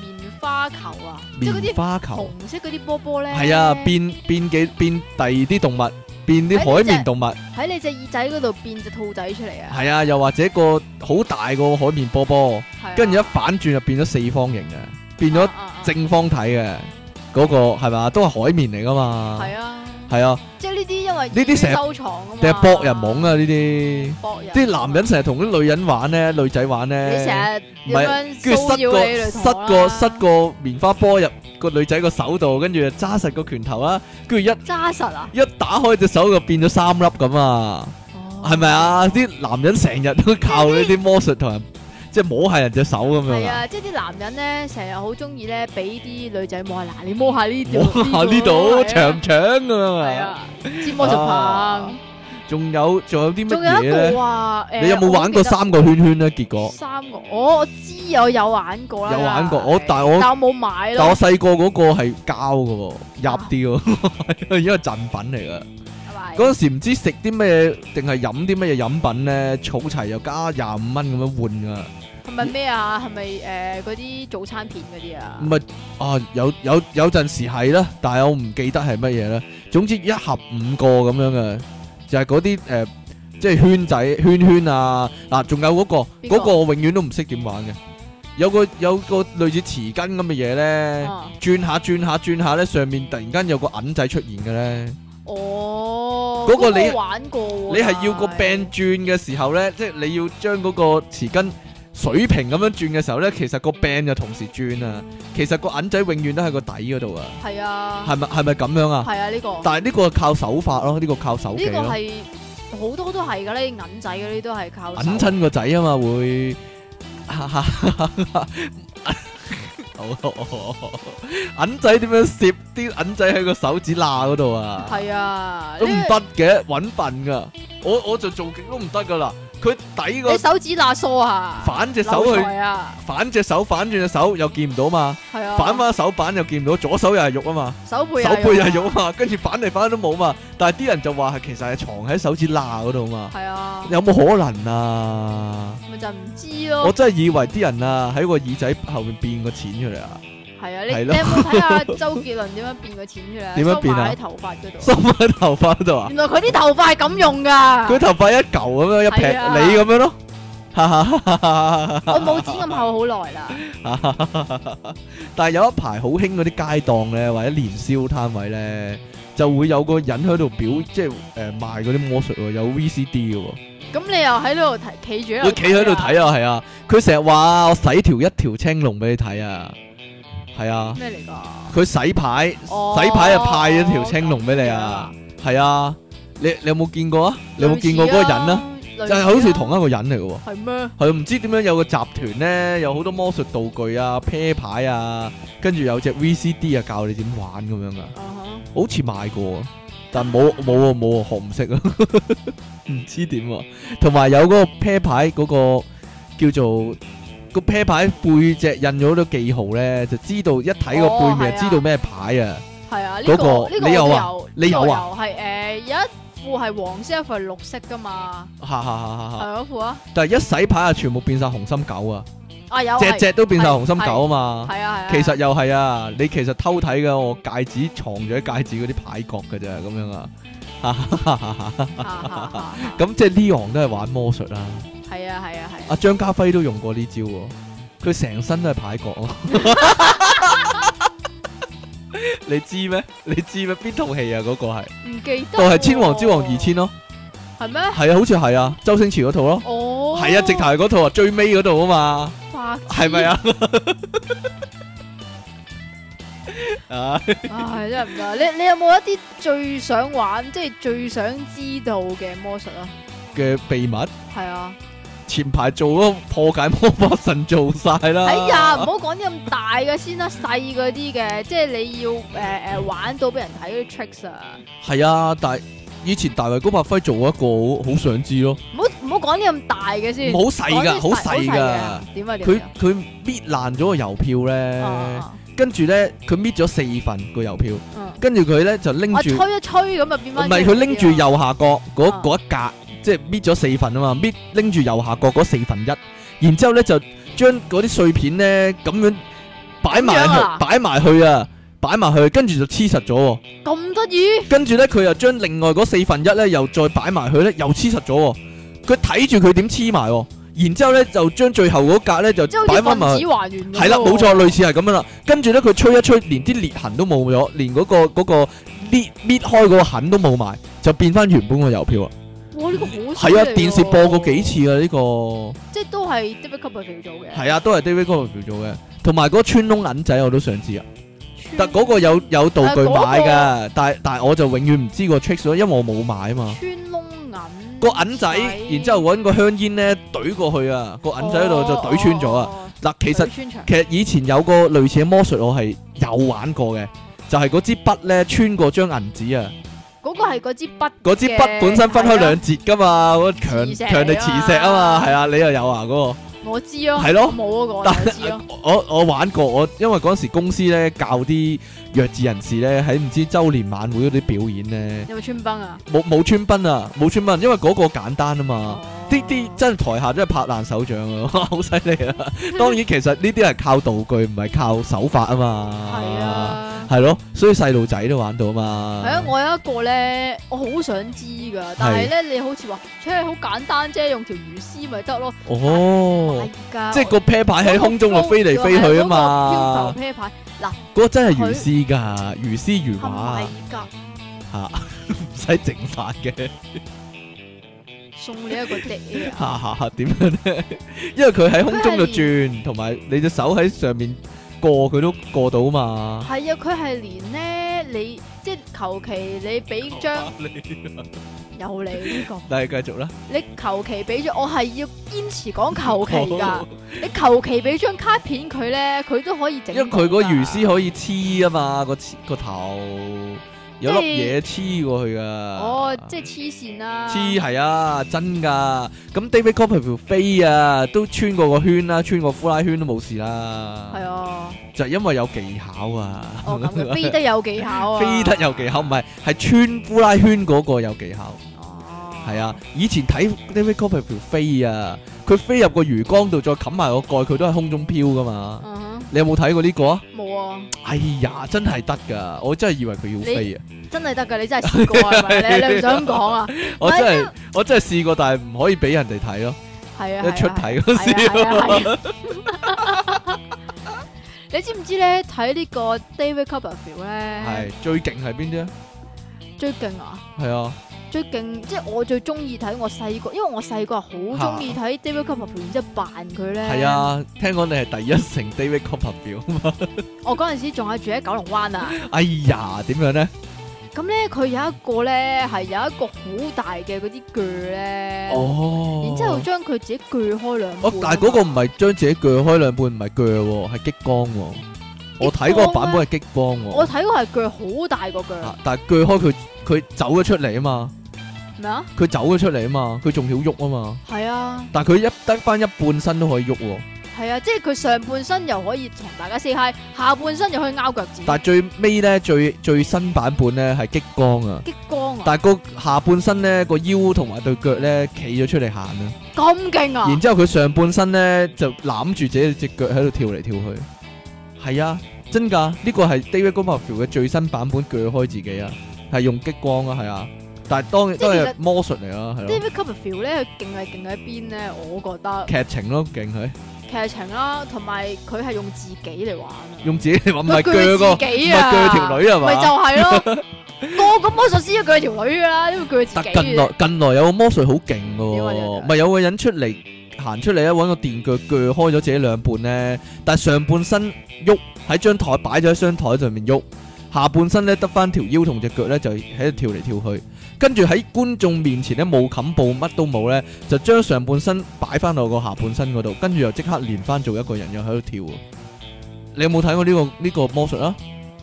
Speaker 2: 棉花球啊，即係嗰
Speaker 1: 棉
Speaker 2: 啲
Speaker 1: 花球
Speaker 2: 紅色嗰啲波波咧。
Speaker 1: 係啊，變變幾變第二啲動物，變啲海綿動物，
Speaker 2: 喺你隻耳仔嗰度變隻兔仔出嚟啊！
Speaker 1: 係啊，又或者個好大個海綿波波，
Speaker 2: 係啊
Speaker 1: 跟住一反轉就變咗四方形嘅，變咗
Speaker 2: 啊啊啊
Speaker 1: 正方體嘅嗰個係嘛，都係海綿嚟㗎嘛，
Speaker 2: 係啊，
Speaker 1: 係啊，
Speaker 2: 即係呢啲因為
Speaker 1: 呢啲成日
Speaker 2: 收藏啊嘛，
Speaker 1: 定係博人懵啊呢啲。
Speaker 2: 博人
Speaker 1: 啲男人成日同啲女人玩咧，女仔玩咧，
Speaker 2: 你成日
Speaker 1: 唔
Speaker 2: 點
Speaker 1: 係
Speaker 2: 樣
Speaker 1: 跟住
Speaker 2: 騷
Speaker 1: 塞
Speaker 2: 擾你
Speaker 1: 個
Speaker 2: 女同
Speaker 1: 塞
Speaker 2: 學
Speaker 1: 個
Speaker 2: 啦
Speaker 1: 塞個棉花波入個女仔個手度，跟住就揸實個拳頭啦，跟住
Speaker 2: 揸實啊！
Speaker 1: 一一打開隻手就變咗三粒咁啊，係咪啊？啲男人成日都靠呢啲魔術同人即係摸下人隻手咁樣
Speaker 2: 係
Speaker 1: 啊，
Speaker 2: 啊，即係啲男人咧，成日好中意咧，俾啲女仔摸下，嗱，你摸下呢度，
Speaker 1: 摸下呢度
Speaker 2: 係啊
Speaker 1: 長長咁樣
Speaker 2: 係
Speaker 1: 啊，
Speaker 2: 啊，尖
Speaker 1: Ờ.
Speaker 2: 魔術
Speaker 1: 啊
Speaker 2: 棒。
Speaker 1: 仲有仲有啲
Speaker 2: 仲
Speaker 1: 乜嘢
Speaker 2: 有一
Speaker 1: 咧
Speaker 2: 個？話誒，
Speaker 1: 你有冇玩過
Speaker 2: 我記
Speaker 1: 三個圈圈咧？結
Speaker 2: 得
Speaker 1: 果
Speaker 2: 三個？我我知我有玩過啦，
Speaker 1: 有玩過
Speaker 2: 係
Speaker 1: 我但係我
Speaker 2: 但我冇買
Speaker 1: 但我
Speaker 2: 咯，
Speaker 1: 細個嗰個係膠嘅喎，入啲喎， 因為贈品嚟㗎。
Speaker 2: 係咪
Speaker 1: 嗰陣時唔知食啲咩定係飲啲乜嘢飲品咧，儲齊又加廿五蚊咁樣換噶。
Speaker 2: 係咪咩啊？係咪誒嗰啲早餐片嗰啲啊
Speaker 1: 唔？係啊，有有有陣時係啦，但係我唔記得係乜嘢啦。總之一盒五個咁樣嘅，就係嗰啲誒，即係圈仔圈圈啊嗱，仲有嗰、個
Speaker 2: 邊個
Speaker 1: 嗰個我永遠都唔識點玩嘅，有個有個類似匙羹咁嘅嘢咧，
Speaker 2: 啊
Speaker 1: 轉下轉下轉下咧，上面突然間有個銀仔出現嘅咧。
Speaker 2: 哦，
Speaker 1: 嗰個你
Speaker 2: 嗰個玩過喎，
Speaker 1: 你係要個
Speaker 2: 但
Speaker 1: band 轉嘅時候咧，即係你要將嗰個匙羹水平咁樣轉嘅時候咧，其實個 band 就同時轉啊。其實個銀仔永遠都喺個底嗰度啊。
Speaker 2: 係啊，
Speaker 1: 係咪係咪咁樣啊？
Speaker 2: 係啊，呢個
Speaker 1: 但係呢個係靠手法咯，呢個靠手技
Speaker 2: 呢個
Speaker 1: 咯。
Speaker 2: 係好多都係㗎呢銀仔嗰啲都係靠手
Speaker 1: 揞親個仔啊嘛會， 揞仔點樣攝啲銀仔喺個手指罅嗰度啊？
Speaker 2: 係啊，
Speaker 1: 都唔
Speaker 2: 呢
Speaker 1: 得嘅，揾笨噶。我我就做極都唔得噶啦。佢抵個
Speaker 2: 你手指罅梳啊，
Speaker 1: 反隻手去
Speaker 2: 漏，財啊，
Speaker 1: 反隻手反轉隻手又見唔到嘛，
Speaker 2: 係啊，
Speaker 1: 反翻手板又見唔到，左手又係肉啊嘛，
Speaker 2: 手背
Speaker 1: 手
Speaker 2: 啊
Speaker 1: 背又係肉啊，嘛，跟住反嚟反去都冇嘛。但係啲人就話係其實係藏喺手指罅嗰度嘛。
Speaker 2: 係啊，
Speaker 1: 有冇可能啊？
Speaker 2: 咪就唔知咯
Speaker 1: 我。真係以為啲人啊喺個耳仔後面變個錢出嚟啊，
Speaker 2: 係啊，你
Speaker 1: 係
Speaker 2: 你
Speaker 1: 咯
Speaker 2: 有冇睇下周杰倫點樣變個錢出嚟？
Speaker 1: 點樣變啊
Speaker 2: 收埋喺頭髮嗰度。
Speaker 1: 收埋喺頭髮嗰度啊，
Speaker 2: 原來佢啲頭髮係咁用噶。
Speaker 1: 佢頭髮一嚿咁樣一撇
Speaker 2: 係啊
Speaker 1: 你咁樣咯，哈哈哈哈
Speaker 2: 我冇剪咁厚好耐啦。
Speaker 1: 哈哈 但係有一排好興嗰啲街檔咧，或者年宵攤位咧，就會有個人喺度表，即係誒、呃、賣嗰啲魔術喎，有 VCD 嘅喎。
Speaker 2: 咁你又喺度睇，企住喺度。
Speaker 1: 佢企喺度。睇啊，係啊，佢成日話我洗條一條青龍俾你睇啊，係啊，
Speaker 2: 咩嚟噶？
Speaker 1: 佢洗牌，
Speaker 2: 哦
Speaker 1: 洗牌啊派咗條青龍俾你啊，係啊，你你有冇見過啊？你有冇見過嗰個人啊？
Speaker 2: 類似啊？
Speaker 1: 就係好似同一個人嚟嘅喎。
Speaker 2: 係咩？
Speaker 1: 佢唔知點樣有個集團咧，有好多魔術道具啊、啤牌啊，跟住有隻 VCD 啊，教你點玩咁樣啊。
Speaker 2: 啊哈
Speaker 1: 好似買過，啊但冇冇啊冇啊，學唔識啊，
Speaker 2: 嗯
Speaker 1: 唔知點啊。同埋有嗰個啤牌嗰、個叫做個啤牌背脊印咗好多記號咧，就知道一睇個背面
Speaker 2: 哦係啊
Speaker 1: 就知道咩牌啊。
Speaker 2: 係啊，呢
Speaker 1: 嗰
Speaker 2: 個
Speaker 1: 個
Speaker 2: 呢個
Speaker 1: 你有
Speaker 2: 我都
Speaker 1: 啊
Speaker 2: 有，
Speaker 1: 你有啊
Speaker 2: 呢個我有？係誒有一副係黃色，一副係綠色噶嘛，
Speaker 1: 哈哈哈哈哈！
Speaker 2: 係嗰副啊？
Speaker 1: 但係一洗牌啊，全部變晒紅心狗啊，
Speaker 2: 啊有
Speaker 1: 隻
Speaker 2: 係
Speaker 1: 隻都變晒紅心狗啊嘛。
Speaker 2: 係啊係啊。
Speaker 1: 其實又係啊，你其實偷睇嘅，我戒指藏咗喺戒指嗰啲牌角嘅啫，咁樣啊。
Speaker 2: 啊啊啊啊
Speaker 1: 咁即係 Leon 都係玩魔術啦、
Speaker 2: 係啊係啊係啊。
Speaker 1: 阿張家輝都用過呢招喎，佢成身都係牌角 啊！你知咩？你知咩？邊套戲啊？嗰、個係，哦
Speaker 2: 唔記
Speaker 1: 就
Speaker 2: 得
Speaker 1: 係《千王之王
Speaker 2: 喎
Speaker 1: 二千》啊咯，
Speaker 2: 係咩？
Speaker 1: 係啊，好似係啊，周星馳嗰套咯，
Speaker 2: 哦，
Speaker 1: 係啊，直頭係嗰套啊，最尾嗰度啊嘛，
Speaker 2: 白痴
Speaker 1: 係咪？啊？ 啊，
Speaker 2: 唉，真係唔得。你你有冇一啲最想玩，即係最想知道嘅魔術啊？
Speaker 1: 嘅秘密，
Speaker 2: 係啊，
Speaker 1: 前排做嗰個破解魔法神做晒啦，
Speaker 2: 哎呀，唔好講啲咁大嘅先啦，細嗰啲嘅，即係你要誒誒玩到俾人睇嗰啲 tricks 啊！
Speaker 1: 係啊，但係以前大衛高柏輝做過一個好好想知咯，
Speaker 2: 唔好唔好講啲咁大嘅先，
Speaker 1: 唔好細
Speaker 2: 講啲
Speaker 1: 㗎，好
Speaker 2: 細
Speaker 1: 細
Speaker 2: 嘅
Speaker 1: 㗎。
Speaker 2: 點啊點啊
Speaker 1: 佢
Speaker 2: 點啊
Speaker 1: 佢搣爛咗個郵票咧，
Speaker 2: 啊啊
Speaker 1: 跟住咧佢搣咗四份個郵票，
Speaker 2: 啊
Speaker 1: 跟住佢咧就拎
Speaker 2: 我
Speaker 1: 住，唔
Speaker 2: 吹一吹咁就變翻，
Speaker 1: 係佢拎住右下角嗰
Speaker 2: 啊
Speaker 1: 嗰一格，即係搣咗四份啊嘛，搣拎住右下角嗰四分一，然之後咧就將嗰啲碎片咧咁樣擺埋
Speaker 2: 咁樣
Speaker 1: 去
Speaker 2: 啊，
Speaker 1: 擺埋去啊，擺埋去，跟住就黐實咗喎。
Speaker 2: 咁得意，
Speaker 1: 跟住咧，佢又將另外嗰四分一咧，又再擺埋去咧，又黐實咗喎。佢睇住佢點黐埋喎，然之後咧就將最後嗰格咧就
Speaker 2: 即係好
Speaker 1: 擺
Speaker 2: 似
Speaker 1: 翻埋
Speaker 2: 分
Speaker 1: 去。
Speaker 2: 子還原咁
Speaker 1: 係啦，
Speaker 2: 喎
Speaker 1: 冇錯，類似係咁樣啦。跟住咧，佢吹一吹，連啲裂痕都冇咗，連嗰、個嗰、個搣搣開嗰個痕都冇埋，就變翻原本個郵票啦。啊
Speaker 2: 哇！呢個好
Speaker 1: 係啊
Speaker 2: 犀，利
Speaker 1: 電視
Speaker 2: 喎
Speaker 1: 播過幾，次啊，呢、個
Speaker 2: 即係都係 David Copperfield 做嘅。
Speaker 1: 係啊，都係 David Copperfield 做嘅。同埋嗰個穿窿銀仔我都想知啊，
Speaker 2: 穿
Speaker 1: 但嗰個有有道具
Speaker 2: 嗯啊但係嗰個
Speaker 1: 買㗎，但係但係我就永遠唔知個 tricks 咯，因為我冇買啊嘛。
Speaker 2: 穿窿銀
Speaker 1: 個銀仔，然之後揾個香煙咧懟過去啊，個銀仔喺度
Speaker 2: 哦
Speaker 1: 就懟穿咗啊！
Speaker 2: 啊！
Speaker 1: 嗱，其實
Speaker 2: 懟穿牆
Speaker 1: 其實以前有個類似嘅魔術，我係有玩過嘅，就係嗰支筆咧穿過張銀紙啊！
Speaker 2: 嗰個係嗰支筆，
Speaker 1: 嗰支筆本身分開兩截噶嘛，嗰個強
Speaker 2: 磁石嚟啊
Speaker 1: 強力磁石啊嘛，係啊，你又有啊嗰個？
Speaker 2: 我知咯，
Speaker 1: 係咯
Speaker 2: 我冇嗰個，
Speaker 1: 但
Speaker 2: 我知 啊咯，
Speaker 1: 我我玩過，我因為嗰陣時公司咧教啲弱智人士咧喺唔知周年晚會嗰啲表演咧，
Speaker 2: 有冇穿崩啊？
Speaker 1: 冇冇穿崩啊，冇穿崩，因為嗰個簡單啊嘛。啲啲真係台下真係拍爛手掌啊！ 好犀利啊！
Speaker 2: 哦
Speaker 1: 當然其實呢啲係靠道具，唔係靠手法啊嘛。
Speaker 2: 係，啊。
Speaker 1: 係咯，所以細路仔都玩到啊嘛。
Speaker 2: 係啊，我有一個咧，我好想知㗎，但係咧你好似話，切好簡單啫，用條魚絲咪得咯，
Speaker 1: 哦
Speaker 2: 係，㗎。
Speaker 1: 即係個 pair 牌喺空中度飛嚟飛去啊嘛
Speaker 2: 嗰個漂浮。啤牌嗱，
Speaker 1: 嗰個真係魚絲㗎，魚絲魚
Speaker 2: 係咪
Speaker 1: 畫
Speaker 2: 㗎？
Speaker 1: 嚇，唔使整法嘅。
Speaker 2: 送你一個的 啊！
Speaker 1: 哈哈哈，點樣咧？因為佢喺空中度轉，同埋你隻手喺上面過，佢都過到嘛。
Speaker 2: 係啊，佢係連咧你即係求其你俾 張有你呢個，
Speaker 1: 但係繼續啦，
Speaker 2: 你求其俾張，我係要堅持講 求其㗎
Speaker 1: 好。
Speaker 2: 你求其俾張卡片佢咧，佢都可以整
Speaker 1: 因
Speaker 2: 到
Speaker 1: 為
Speaker 2: 㗎。
Speaker 1: 佢個魚絲可以黐啊嘛，個黐個頭有粒嘢黐過去㗎。
Speaker 2: 哦，即係黐線啦。
Speaker 1: 啊黐係啊，真㗎。咁 David Copperfield 飛啊，都穿過個圈啦，穿過呼拉圈都冇事啦。
Speaker 2: 係啊，
Speaker 1: 就係因為有技巧啊。
Speaker 2: 哦咁嘅，飛得有技巧 啊。
Speaker 1: 飛得有技巧，唔係係穿呼拉圈嗰個有技巧。
Speaker 2: 哦。
Speaker 1: 係啊，以前睇 David Copperfield 飛啊，佢飛入個魚缸度，再冚埋個蓋，佢都喺空中飄噶嘛。
Speaker 2: 嗯哼。
Speaker 1: 你有冇睇過呢個啊？
Speaker 2: 冇啊，
Speaker 1: 哎呀，真係得噶，我真係以為佢要飛啊！
Speaker 2: 真係得㗎，你真係試過係咪？你你唔想講啊？
Speaker 1: 我真係我真係試過，但係唔可以俾人哋睇咯，
Speaker 2: 係啊，係 啊
Speaker 1: 一出睇嗰 時
Speaker 2: 係
Speaker 1: 啊。
Speaker 2: 啊係啊係啊 你知唔知咧？睇呢個 David Copperfield 咧，
Speaker 1: 係最勁係邊啲啊？
Speaker 2: 最勁啊！
Speaker 1: 係啊，
Speaker 2: 最勁即係我最中意睇我細個，因為我細個好中意睇 David Copperfield，然之後扮佢咧。
Speaker 1: 係，啊，聽講你係第一城 David Copperfield。
Speaker 2: 我嗰陣時仲係住喺九龍灣啊。
Speaker 1: 哎呀，點樣咧？
Speaker 2: 咁咧，佢有一個咧係有一個好大嘅嗰啲鋸咧，
Speaker 1: 哦，
Speaker 2: 然之後將佢自己鋸開兩半啊
Speaker 1: 哦
Speaker 2: 嘛。，
Speaker 1: 但係嗰個唔係將自己鋸開兩半，唔係鋸喎，係激光喎。我睇嗰個版本係激光喎。
Speaker 2: 我睇過係鋸好大個鋸
Speaker 1: 啊但係鋸開佢，佢走咗出嚟啊嘛，
Speaker 2: 咩啊？
Speaker 1: 佢走咗出嚟啊嘛，佢仲要喐啊嘛，
Speaker 2: 係啊。
Speaker 1: 但係佢一得翻一半身都可以喐喎，
Speaker 2: 系啊，即系佢上半身又可以同大家 say hi，下半身又可以拗腳趾，
Speaker 1: 但係最尾咧最最新版本咧係激光啊，
Speaker 2: 激光啊，
Speaker 1: 但係個下半身咧個腰同埋對腳咧企咗出嚟行啊，
Speaker 2: 咁勁啊！
Speaker 1: 然之後佢上半身咧就攬住自己隻腳喺度跳嚟跳去，係啊，真㗎，呢個係 David Copperfield 嘅最新版本鋸開自己啊，係用激光啊，係啊，但係當然
Speaker 2: 即係
Speaker 1: 都
Speaker 2: 其實
Speaker 1: 係魔術嚟啊，係咯，
Speaker 2: David Copperfield 咧，佢勁係勁喺邊咧？我覺得
Speaker 1: 劇情咯，勁佢。
Speaker 2: 劇情啦，同埋佢係用自己嚟玩啊，
Speaker 1: 用自己嚟揾，唔係
Speaker 2: 佢
Speaker 1: 鋸個，
Speaker 2: 佢
Speaker 1: 唔
Speaker 2: 自己
Speaker 1: 係
Speaker 2: 啊，
Speaker 1: 鋸條女係
Speaker 2: 咪就
Speaker 1: 嘛？
Speaker 2: 係咯，個個魔術師都鋸條女噶啦，因為鋸自
Speaker 1: 但
Speaker 2: 己啊
Speaker 1: 近來
Speaker 2: 嘅。
Speaker 1: 近來有個魔術好勁嘅
Speaker 2: 點啊點啊
Speaker 1: 喎，咪有個人出嚟行出嚟咧，揾個電鋸鋸開咗自己兩半咧，但係上半身喐喺張台擺咗喺張台上面喐，下半身咧得翻條腰同只腳咧就喺度跳嚟跳去，跟住喺觀眾面前咧冇冚布乜都冇咧，就將上半身擺翻落個下半身嗰度，跟住又即刻連翻做一個人又喺度跳喎。你有冇睇過呢個呢個魔術啊？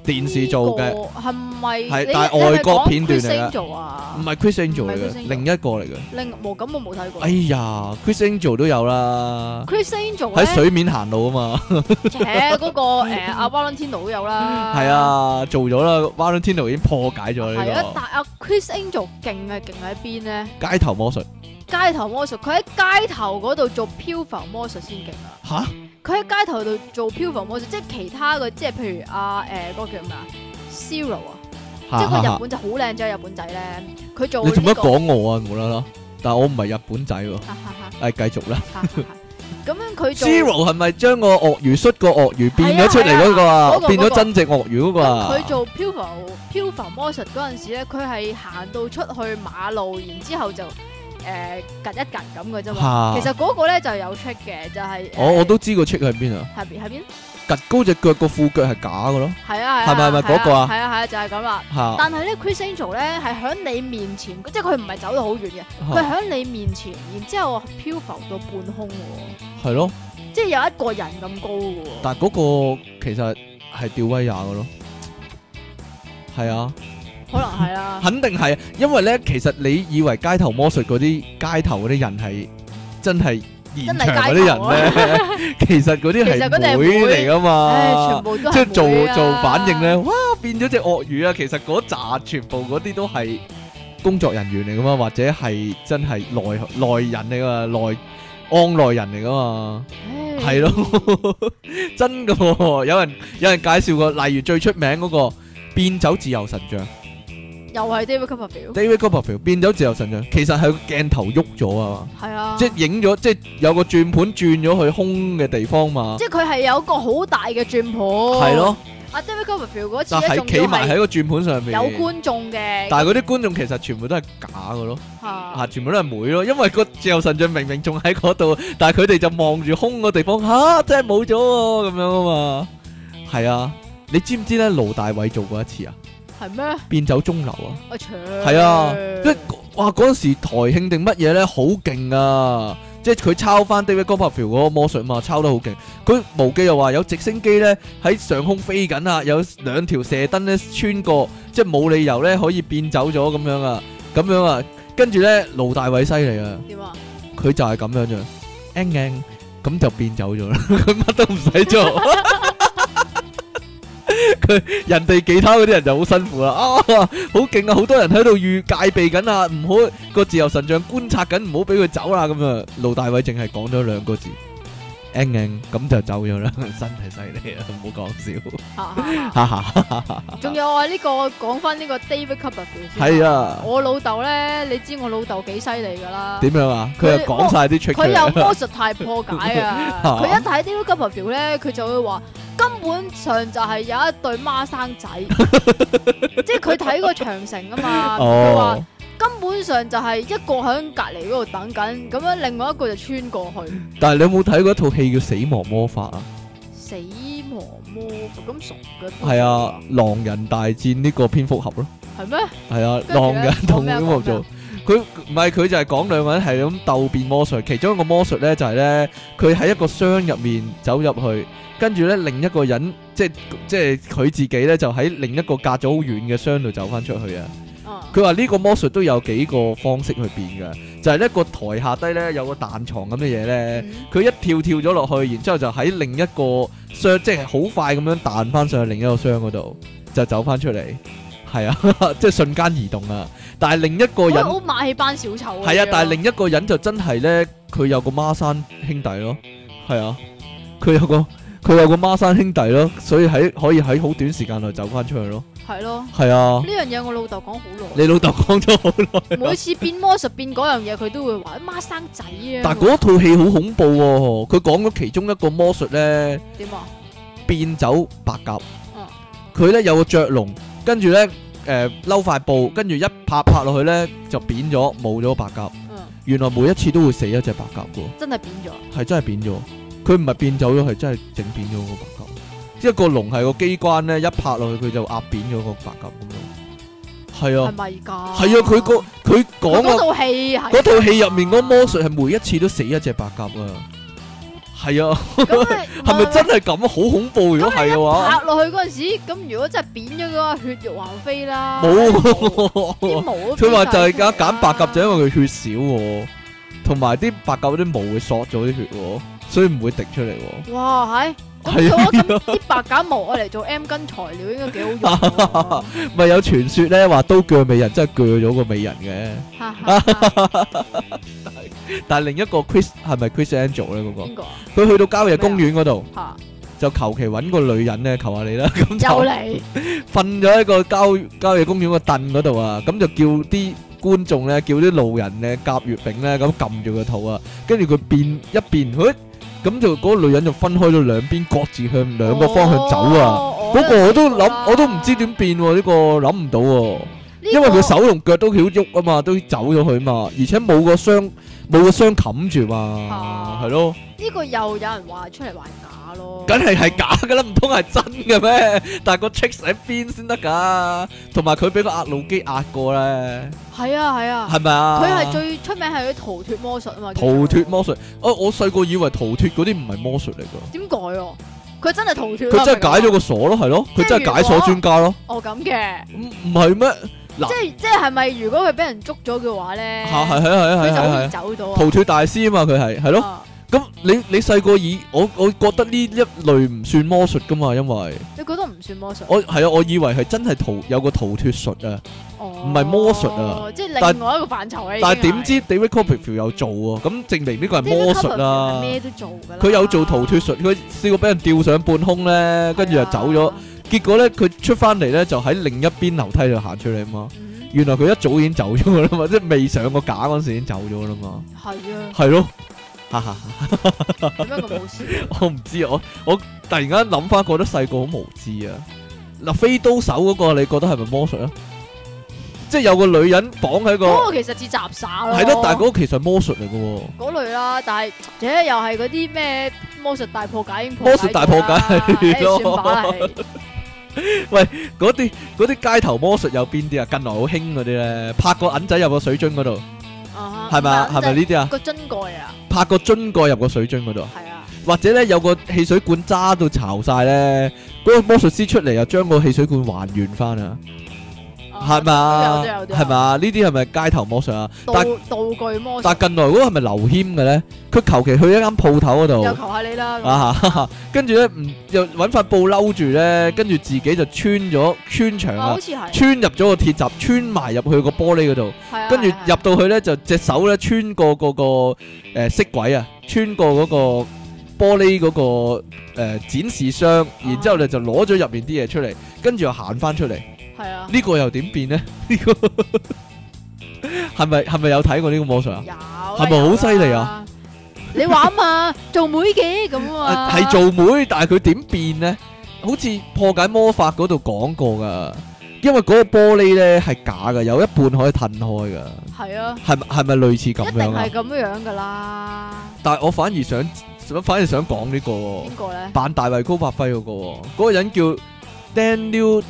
Speaker 1: 電視做嘅。
Speaker 2: 呢個係咪？
Speaker 1: 係
Speaker 2: 你
Speaker 1: 但係外國片段嚟㗎
Speaker 2: 你係講 Chris Angel 啊
Speaker 1: 唔，係 Chris Angel 嚟
Speaker 2: 唔係 Chris
Speaker 1: 嘅，
Speaker 2: Angel
Speaker 1: 另一個嚟嘅。
Speaker 2: 另冇咁我冇睇過
Speaker 1: 哎。呀，Chris Angel 都有啦，
Speaker 2: Chris Angel
Speaker 1: 喺
Speaker 2: 咧，
Speaker 1: 水面行路啊嘛，
Speaker 2: 且 嗰個誒阿 Valentino 都有啦。
Speaker 1: 係。啊，做咗啦。Valentino 已經破解咗
Speaker 2: 係啊，
Speaker 1: 呢
Speaker 2: 但阿 Chris Angel 勁係勁喺邊咧？
Speaker 1: 個街頭魔術
Speaker 2: 街頭魔術，佢喺街頭嗰度做漂浮魔術先勁啊！
Speaker 1: 吓，
Speaker 2: 佢喺街頭度做漂浮魔術，即係其他嘅，即係譬如阿誒嗰個叫咩啊，Zero 啊，即
Speaker 1: 嚇
Speaker 2: 係
Speaker 1: 嚇
Speaker 2: 個
Speaker 1: 嚇
Speaker 2: 日本仔好靚仔，日本仔咧，佢做
Speaker 1: 你做乜
Speaker 2: 呢個
Speaker 1: 講我啊？無啦啦，但係我唔係日本仔喎。
Speaker 2: 哈哈哈
Speaker 1: 誒，繼續啦。
Speaker 2: 哈哈哈咁樣佢做
Speaker 1: Zero 係咪將個鱷魚摔個鱷魚變咗出嚟嗰個
Speaker 2: 係啊係啊
Speaker 1: 啊
Speaker 2: 嗰？個
Speaker 1: 變
Speaker 2: 嗰
Speaker 1: 咗
Speaker 2: 個
Speaker 1: 真正鱷魚嗰個啊？
Speaker 2: 佢做漂浮漂浮魔術嗰陣時咧，佢係行到出去馬路，然之後就誒趌一趌咁嘅啫嘛。
Speaker 1: 嚇
Speaker 2: 其實嗰個咧就有 trick 嘅，就係
Speaker 1: 哦我我都知個 trick 喺邊啊！
Speaker 2: 係邊係邊？
Speaker 1: 趌高只腳個褲腳係假嘅咯
Speaker 2: 系啊，
Speaker 1: 係咪係咪嗰個啊
Speaker 2: 系啊，系啊，就係咁啦。
Speaker 1: 嚇。
Speaker 2: 但係咧，Chris Angel 咧係喺你面前，即係佢唔係走到好遠嘅，佢
Speaker 1: 嚇
Speaker 2: 喺你面前，然之後漂浮到半空喎，
Speaker 1: 係咯，
Speaker 2: 即係有一個人咁高嘅喎。
Speaker 1: 但係嗰個其實係吊威亞嘅咯，係啊。
Speaker 2: 可能係 啊啦，
Speaker 1: 肯定係，因為咧，其實你以為街頭魔術嗰啲街頭嗰啲人係真係現場嗰啲人 咧，其實嗰啲
Speaker 2: 啊
Speaker 1: 係
Speaker 2: 其實嗰啲係
Speaker 1: 妹
Speaker 2: 妹
Speaker 1: 嚟噶
Speaker 2: 唉，
Speaker 1: 嘛
Speaker 2: 全，部都
Speaker 1: 即
Speaker 2: 係
Speaker 1: 係做
Speaker 2: 妹啊
Speaker 1: 做反應咧，。哇變咗只鱷魚啊！其實嗰扎全部嗰啲都係工作人員嚟噶嘛，或者係真係內內人嚟噶嘛，內安內人嚟噶嘛，係
Speaker 2: 係，
Speaker 1: 咯，真噶、喎。有人有人介紹過，例如最出名嗰、個變走自由神像
Speaker 2: 又係 David Copperfield，
Speaker 1: David Copperfield 變走自由神像，其實係個鏡頭喐咗啊嘛，
Speaker 2: 係啊，
Speaker 1: 即係影咗，即係有個轉盤轉咗去空嘅地方嘛，
Speaker 2: 即係佢係有一個好大嘅轉盤，係
Speaker 1: 係咯，，
Speaker 2: 阿 David Copperfield 嗰次
Speaker 1: 就
Speaker 2: 咧仲
Speaker 1: 係企埋喺
Speaker 2: 要係
Speaker 1: 個轉盤上面。
Speaker 2: 有觀眾嘅，
Speaker 1: 但係嗰啲觀眾其實全部都係假嘅咯，啊，
Speaker 2: 嚇
Speaker 1: 全部都係妹咯，因為個自由神像明明仲喺嗰度，但係佢哋就望住空個地方，吓、真係冇咗喎咁樣啊嘛，係啊，你知唔知咧？盧大偉做過一次啊，
Speaker 2: 係咩？
Speaker 1: 變走鐘樓啊，
Speaker 2: 我搶，
Speaker 1: 係啊，即哇嗰陣時台慶定乜嘢咧，好勁啊！即係佢抄翻 David Copperfield 嗰個魔術嘛，抄得好勁。佢無記又話有直升機咧喺上空飛緊啊，有兩條射燈咧穿過，即係冇理由咧可以變走咗咁樣啊，咁樣啊。跟住咧，盧大偉犀利啊！
Speaker 2: 點啊？
Speaker 1: 佢就係咁樣啫，啱啱咁就變走咗啦， 佢乜都唔使做。 佢人哋其他嗰啲人就好辛苦啦，啊，好勁啊！好多人喺度預戒備緊啊，唔好個自由神像觀察緊，唔好俾佢走啦咁啊。盧大偉淨係講咗兩個字，啱啱咁就走咗啦， 真係犀利啊！唔好講笑，
Speaker 2: 嚇嚇嚇
Speaker 1: 哈哈，
Speaker 2: 仲有啊！呢、個講翻呢個 David Copperfield 先
Speaker 1: 係，啊，
Speaker 2: 我老豆咧，你知我老豆幾犀利噶啦。
Speaker 1: 點樣啊？佢又
Speaker 2: 佢
Speaker 1: 講晒啲 trick
Speaker 2: 佢
Speaker 1: 出 嚟
Speaker 2: 有
Speaker 1: 啦！
Speaker 2: 魔術太破解啊 佢一睇 David Copperfield 咧，佢就會話根本上就係有一對孖生 仔，即係佢睇過長城啊嘛。佢話、
Speaker 1: 哦，
Speaker 2: 根本上就係一個喺隔離嗰度等緊，咁樣另外一個就穿過去。
Speaker 1: 但係你有冇睇過一套戲叫《死亡魔法》啊？
Speaker 2: 死亡魔法咁傻嘅，
Speaker 1: 系啊，
Speaker 2: 嗯
Speaker 1: 狼人大戰呢個蝙蝠俠咯，
Speaker 2: 係咩？
Speaker 1: 係啊，
Speaker 2: 跟住
Speaker 1: 狼
Speaker 2: 呢
Speaker 1: 人同
Speaker 2: 講咩啊
Speaker 1: 蝙蝠俠做，佢唔係佢就係講兩個人係咁鬥變魔術，其中一個魔術咧就係咧，佢喺一個箱入面走入去，跟住咧另一個人即係即係佢自己咧就喺另一個隔咗好遠嘅箱度走翻出去啊。
Speaker 2: 啊
Speaker 1: 佢話呢個魔術都有幾個方式去變嘅，就係、呢個台下低咧有個彈床咁嘅嘢咧。
Speaker 2: 嗯
Speaker 1: 佢一跳跳咗落去，然之後就喺另一個箱，即係好快咁樣彈翻上去另一個箱嗰度，就走翻出嚟。係啊， 即係瞬間移動啊！但係另一個人
Speaker 2: 好好馬戲班小丑
Speaker 1: 係啊，但係
Speaker 2: 係
Speaker 1: 另一個人就真係呢，佢有個孖生兄弟咯，係啊，佢有個佢有個孖生兄弟咯，所以喺可以喺好短時間內走翻出去咯。
Speaker 2: 係咯。
Speaker 1: 係啊
Speaker 2: 呢，樣嘢我老豆講好耐，
Speaker 1: 你老豆講咗 好耐啊。
Speaker 2: 每次變魔術變嗰樣嘢，佢都會話哎孖生仔啊。
Speaker 1: 但嗰套戲好恐怖喎、佢講咗其中一個魔術呢。
Speaker 2: 點啊？
Speaker 1: 變走白鴿
Speaker 2: 嗯。
Speaker 1: 佢咧有個雀籠，跟住咧誒嬲塊布，跟住一拍拍落去咧就扁咗，冇咗白鴿。
Speaker 2: 嗯，
Speaker 1: 原來每一次都會死一隻白鴿嘅
Speaker 2: 真係變咗。
Speaker 1: 喎，係真係扁咗。佢唔係變走咗，係真係整扁咗個白鴿。一個籠係個機關咧，一拍落去佢就壓扁咗個白鴿咁樣。係
Speaker 2: 係
Speaker 1: 啊，
Speaker 2: 咪㗎？係
Speaker 1: 係啊，佢個佢講
Speaker 2: 講嗰
Speaker 1: 啊，
Speaker 2: 套戲係
Speaker 1: 嗰套戲入面嗰個魔術係每一次都死一隻白鴿啊。 係啊，
Speaker 2: 咁你
Speaker 1: 係咪真係咁啊？好恐怖！如果係嘅話。
Speaker 2: 拍落去嗰陣時，咁如果真係扁咗嘅話，血肉橫 飛啦。啲
Speaker 1: 冇，
Speaker 2: 毛 都
Speaker 1: 佢
Speaker 2: 飛
Speaker 1: 話
Speaker 2: 晒
Speaker 1: 就係揀
Speaker 2: 出嚟啦
Speaker 1: 揀白鴿就因為佢血少喎，同埋啲白鴿啲毛會索咗啲血喎，所以唔會滴出嚟喎。
Speaker 2: 哇，係咁
Speaker 1: 係
Speaker 2: 做
Speaker 1: 啊
Speaker 2: 咗咁啲白鴿毛，我嚟做 M 巾材料應該幾好用 喎。
Speaker 1: 咪有傳說咧話刀鋸美人真係鋸咗個美人嘅，
Speaker 2: 哈哈哈
Speaker 1: 但係另一個 Chris 係咪 Chris Angel 咧嗰
Speaker 2: 邊個啊？
Speaker 1: 個？佢去到郊野公園嗰度
Speaker 2: 嚇
Speaker 1: 就求其揾個女人咧，求下你啦，咁就
Speaker 2: 又嚟
Speaker 1: 瞓咗喺個郊郊野公園個凳嗰度啊，咁就叫啲觀眾咧，叫啲路人咧夾月餅咧，咁撳住個肚啊，跟住佢變一變，佢咁就嗰個女人就分開咗兩邊，各自向兩個方向走啊。
Speaker 2: 哦！
Speaker 1: 嗰個我都諗，我都唔知
Speaker 2: 點，
Speaker 1: 點變喎，呢個諗唔到喎，
Speaker 2: 呢
Speaker 1: 因為
Speaker 2: 個
Speaker 1: 佢手同腳都曉喐啊嘛，都走咗去嘛，而且冇個箱冇個箱冚住嘛，
Speaker 2: 啊
Speaker 1: 係咯。
Speaker 2: 呢個又有人話出嚟話假咯，
Speaker 1: 梗係係假噶啦，唔通係真嘅咩？但係個 tricks 喺邊先得噶，同埋佢俾個壓路機壓過咧，
Speaker 2: 係啊係啊，
Speaker 1: 係咪啊？
Speaker 2: 佢係最出名係佢逃脱魔術啊嘛，叫
Speaker 1: 逃
Speaker 2: 做
Speaker 1: 脫魔術。哦，我細個以為逃脫嗰啲唔係魔術嚟噶，
Speaker 2: 點改喎？佢真係逃脱啦，
Speaker 1: 佢真係解咗
Speaker 2: 明白
Speaker 1: 個鎖咯，係咯，
Speaker 2: 即係
Speaker 1: 佢真係解鎖專家咯，
Speaker 2: 哦咁嘅，
Speaker 1: 唔唔係咩？嗱
Speaker 2: 即係即係係咪如果佢俾人捉咗嘅話咧，
Speaker 1: 嚇係係係係
Speaker 2: 佢就可以
Speaker 1: 係係
Speaker 2: 走到啊？
Speaker 1: 逃脫大師啊嘛，佢係係咯。
Speaker 2: 啊
Speaker 1: 咁你你細個以我我覺得呢一類唔算魔術噶嘛，因為
Speaker 2: 你覺得唔算魔術？
Speaker 1: 我係啊，我以為係真係逃有個逃脫術啊。
Speaker 2: 唔
Speaker 1: 係魔術啊，
Speaker 2: 即係
Speaker 1: 但
Speaker 2: 另外一個範疇啊。
Speaker 1: 但係
Speaker 2: 係
Speaker 1: 點知 David Copperfield 有做喎，咁證明呢個係魔術啦。
Speaker 2: 咩都做㗎啦。
Speaker 1: 佢有做逃脱術，佢試過俾人吊上半空咧，跟住就走咗
Speaker 2: 係。啊。
Speaker 1: 結果咧，佢出翻嚟咧就喺另一邊樓梯度行出嚟啊嘛。
Speaker 2: 嗯
Speaker 1: 原來佢一早已經走咗啦嘛，即係未上過架嗰陣時已經走咗啦嘛。
Speaker 2: 係啊，
Speaker 1: 係咯，哈哈，
Speaker 2: 點解咁好笑？
Speaker 1: 我唔知啊，我我突然間諗翻，覺得細個好無知啊。嗱，飛刀手嗰個你覺得係咪魔術啊？即係有個女人綁喺個，
Speaker 2: 嗰個其實似雜耍咯。
Speaker 1: 係咯，但係嗰個其實係魔術嚟嘅喎。
Speaker 2: 嗰類啦，但係且又係嗰啲咩魔術大破解已經破
Speaker 1: 魔術大破解
Speaker 2: 解
Speaker 1: 係咯
Speaker 2: 咗啦 唉算吧係
Speaker 1: 嗰啲嗰啲街頭魔術有邊啲啊？近來好興嗰啲咧，拍個銀仔入個水樽嗰度，
Speaker 2: 啊哈
Speaker 1: 係咪啊？係咪呢啲啊？
Speaker 2: 個樽蓋啊？
Speaker 1: 拍個樽蓋入個水樽嗰度啊，
Speaker 2: 係啊，
Speaker 1: 或者咧有個汽水罐揸到潮晒咧，嗰、個魔術師出嚟又將個汽水罐還原翻啊，係咪啊？
Speaker 2: 都有都有
Speaker 1: 係咪啊？呢啲係咪街頭魔術啊？
Speaker 2: 道
Speaker 1: 但
Speaker 2: 道具魔
Speaker 1: 但
Speaker 2: 術，
Speaker 1: 近來嗰個係咪劉謙嘅咧？佢求其去一間鋪頭嗰
Speaker 2: 又
Speaker 1: 度
Speaker 2: 求下你啦。咁
Speaker 1: 啊， 哈哈跟住咧唔又揾塊布摟住咧，跟住自己就穿咗穿牆
Speaker 2: 啊
Speaker 1: 啊
Speaker 2: 好，似係，
Speaker 1: 穿入咗個鐵閘，穿埋入去個玻璃嗰度。
Speaker 2: 係啊
Speaker 1: 跟住
Speaker 2: 係啊
Speaker 1: 入到去咧，就隻手咧穿過嗰、個誒色鬼啊，穿過嗰個玻璃嗰、個、呃、展示箱，然之後咧就攞咗入面啲嘢出嚟，跟住又行翻出嚟。呢、
Speaker 2: 係啊，
Speaker 1: 個又點變呢？ 呢、個係咪係咪有睇過呢個魔術啊？
Speaker 2: 有
Speaker 1: 係咪好犀利啊？
Speaker 2: 有啦你話啊嘛， 做妹嘅咁啊，
Speaker 1: 係做妹，但係佢點變呢？好似破解魔法嗰度講過噶，因為嗰個玻璃咧係假噶，有一半可以褪開噶，
Speaker 2: 係啊，
Speaker 1: 係咪係咪類似咁
Speaker 2: 一定
Speaker 1: 樣啊
Speaker 2: 係？咁樣噶啦。
Speaker 1: 但係我反而想，反而想講呢、個喎
Speaker 2: 邊個咧？
Speaker 1: 扮大衛高柏輝嗰個喎，嗰、個人叫 Daniel